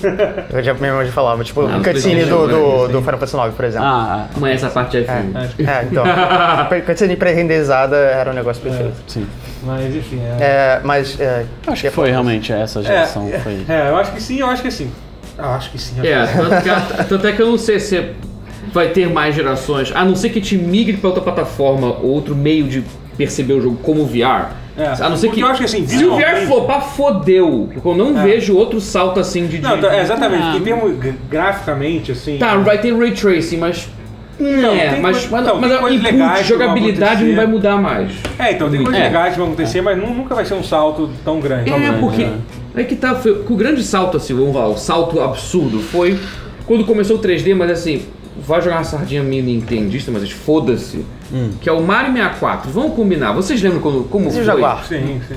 S3: Eu já minha mãe já falava, tipo,
S4: Não,
S3: o cutscene
S4: PlayStation
S3: do,
S4: um,
S3: do,
S4: né?
S3: do Final Fantasy IX, por exemplo.
S2: Ah,
S4: Mas essa parte é filme.
S3: É, então. pre- cutscene pré-renderizada era um negócio perfeito.
S2: sim.
S1: Mas enfim, é.
S3: É, mas. É,
S2: Acho que foi realmente essa geração.
S1: é,
S2: Foi.
S1: é, eu acho que sim, eu acho que sim. Eu acho que sim. eu
S4: É,
S1: acho que sim.
S4: tanto que, a- tanto é que eu não sei se vai ter mais gerações, a não ser que te migre pra outra plataforma ou outro meio de perceber o jogo como VR.
S1: É,
S4: A não ser
S1: porque
S4: que.
S1: eu acho que, assim,
S4: se o VR
S1: visualmente- É.
S4: flopar, fodeu. Porque eu não vejo outro salto assim de.
S1: Não,
S4: de-
S1: então, é, exatamente.
S2: Ah.
S1: Em termos gra- graficamente, assim.
S4: Tá, vai ter ray tracing, mas. Não, é,
S1: tem
S4: mas,
S1: coisa-
S4: mas,
S1: então,
S4: mas
S1: tem
S4: a-
S1: coisas
S4: em
S1: legais
S4: termos de
S1: que vão
S4: jogabilidade não
S1: acontecer.
S4: vai mudar mais.
S1: É, então tem coisas
S2: É.
S1: legais que vão acontecer, mas nu- nunca vai ser um salto tão grande.
S4: É, porque.
S1: né?
S4: É que tá. Foi, que o grande salto, assim, vamos lá, o salto absurdo foi quando começou o 3D, mas assim, vai jogar uma sardinha minha nintendista, mas foda-se.
S1: Hum.
S4: Que é o Mario 64. Vamos combinar. Vocês lembram quando, como
S3: E
S4: foi?
S3: o Jaguar?
S1: Sim, sim.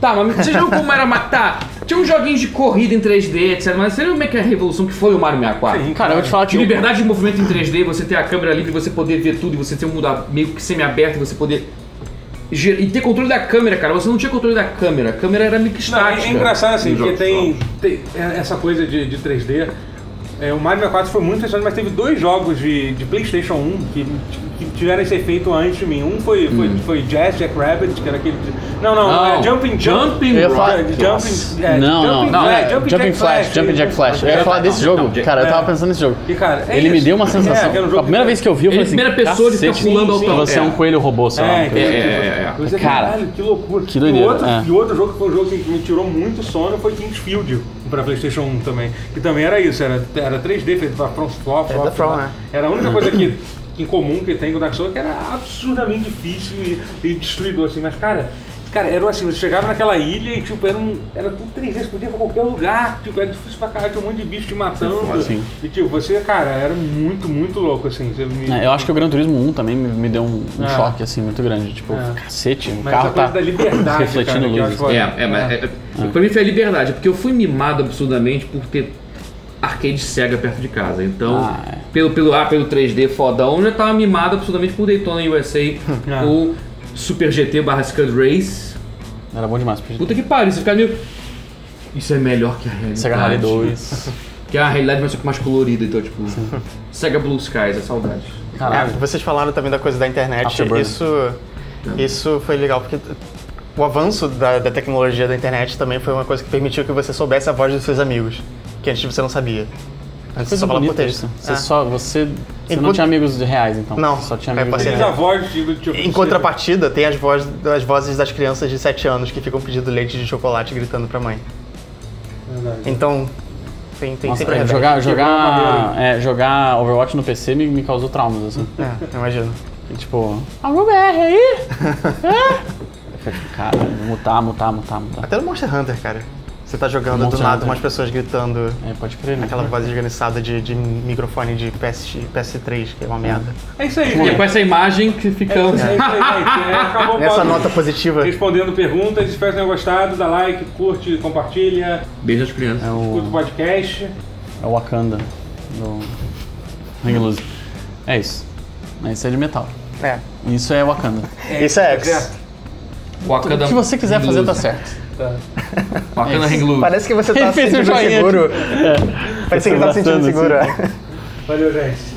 S4: Tá, mas vocês lembram como era. ma- Tá, tinha uns joguinhos de corrida em 3D, etc. Mas você lembra como é que é a revolução que foi o Mario 64?
S1: Sim. um
S2: Cara, eu vou te falar que.
S4: De liberdade de movimento em 3D, você ter a câmera livre, você poder ver tudo, e você ter um mundo a- meio que semi-aberto, você poder. ger- E ter controle da câmera, cara. Você não tinha controle da câmera. A câmera era meio que
S1: Não, é-
S4: estática.
S1: é engraçado assim,
S4: nos
S1: porque tem,
S4: jogos.
S1: tem essa coisa de, de 3D. É, o Mario 64 foi muito impressionante, mas teve dois jogos de, de PlayStation 1 que, que tiveram esse efeito antes de mim. Um foi, foi, foi Jazz Jack Rabbit, que era aquele. de- Não, não,
S4: Hum. Não,
S1: é Jumping Jump.
S4: Jumping
S2: Eu ia falar-
S1: Ju- Jumping, é,
S2: não, não,
S1: Jumping
S2: não.
S1: Flash,
S2: é,
S1: Jumping
S2: Jumping
S1: Jack
S2: Flash, Jumping Jack Flash. Eu ia falar desse
S4: não,
S2: jogo.
S4: Jack-
S2: Cara, eu
S1: é.
S2: tava pensando nesse jogo.
S1: E, cara, é
S2: Ele me
S1: isso.
S2: deu uma sensação.
S1: É, era um jogo
S2: a primeira
S1: que-
S2: vez que eu vi, eu falei
S4: Ele-
S2: assim:
S4: primeira pessoa, ele fica
S2: "Cacete,
S4: pulando ao
S2: sim,
S4: tom."
S2: Você é um
S4: É.
S2: coelho robô, sei lá.
S1: É, então,
S4: É,
S1: tipo,
S4: é, é.
S1: coisa-
S2: Cara,
S1: caralho, que loucura.
S2: que doideira,
S1: E outro,
S2: é.
S1: e outro jogo que foi um jogo que me tirou muito sono foi Kingsfield pra PlayStation 1 também. Que também era isso, era, era 3D feito pra From Software.
S3: É da From, né?
S1: Era a única coisa que, que em comum que tem com o Dark Souls que era absurdamente difícil e, e destruidor, assim, mas cara. Cara, era assim, você chegava naquela ilha e tipo, era, um, era tudo 3D, você podia ir pra qualquer lugar, tipo, era difícil pra caralho, tinha um monte de bicho te matando.
S2: sim.
S1: E tipo, você, cara, era muito, muito louco, assim. Você me-
S2: É, eu acho que o Gran Turismo 1 também me, me deu um, um
S1: É.
S2: choque assim muito grande. Tipo,
S1: É.
S2: cacete, o
S1: Mas
S2: carro
S1: essa coisa
S2: tá
S1: da liberdade,
S2: refletindo
S1: cara, que eu
S2: luzes.
S1: acho foda.
S4: É, é,
S2: Ah.
S4: mas. É, é- Pra mim foi a liberdade, porque eu fui mimado absurdamente por ter arcade cega perto de casa. Então,
S2: Ah, é.
S4: pelo, pelo, ah, pelo 3D fodão, eu já tava mimado absurdamente por Daytona USA
S2: Ah.
S4: ou Super GT barra Scud Race.
S2: Era bom demais. Pra gente.
S4: Puta que pariu, você fica meio. Isso é melhor que a realidade.
S2: Sega Rally 2.
S4: Que é a realidade mas só que mais colorida, então, tipo. Sega Blue Skies, é saudade.
S3: É,
S2: Caralho.
S3: vocês falaram também da coisa da internet.
S2: Afterburner.
S3: Isso, isso foi legal, porque o avanço da, da tecnologia da internet também foi uma coisa que permitiu que você soubesse a voz dos seus amigos, que antes você não sabia. Antes você
S2: Coisa
S3: só falava por
S2: bonita
S3: texto.
S2: isso. Ah. Você
S3: É.
S2: só. Você, você não
S3: Enquanto-
S2: tinha amigos de reais, então.
S3: Não,
S2: Só tinha
S3: é,
S2: amigos.
S3: passei-
S1: Tem a voz de- tipo,
S3: Em contrapartida, tem as, voz, as vozes das crianças de 7 anos que ficam pedindo leite de chocolate gritando pra mãe.
S1: Verdade.
S3: Então, Tem, tem
S2: Nossa,
S3: sempre
S2: é,
S3: regra.
S2: jogar,
S1: maneiro,
S2: jogar, é, jogar Overwatch no PC me, me causou traumas, assim.
S3: É, eu imagino.
S2: E, tipo, algum BR aí? É? Eu falei, tipo, Cara, mutar, mutar, mutar, mutar.
S3: Até no Monster Hunter, cara. Você tá jogando do
S2: Monster
S3: nada
S2: Hunter.
S3: umas pessoas gritando
S2: É, pode crer, né?
S3: aquela voz desganiçada de, de microfone de PS, PS3, que é uma merda.
S1: É isso aí,
S4: E é
S1: gente.
S4: com essa imagem que ficamos.
S1: É isso aí, gente. É, acabou o
S3: Nessa
S1: papo.
S3: nota positiva.
S1: Respondendo perguntas, espero que tenham gostado. Dá like, curte, compartilha,
S4: Beijo às crianças.
S2: É
S1: curte
S2: o,
S1: o podcast.
S2: é o Wakanda do Ring Lose. É isso. É isso é de metal.
S3: É.
S2: Isso é Wakanda.
S3: Isso é X.
S1: certo.
S4: Wakanda
S2: O que É. você quiser fazer É. tá
S4: Hanglusa.
S2: certo.
S4: Wakanda Hangluza.
S3: Parece que você
S2: Ele
S3: tá
S2: fez um
S3: sentindo
S2: joinha É.
S3: seguro.
S2: aqui.
S3: Parece que ele tá sentindo
S2: Abraçando,
S3: seguro.
S2: assim.
S3: é.
S1: Valeu, gente.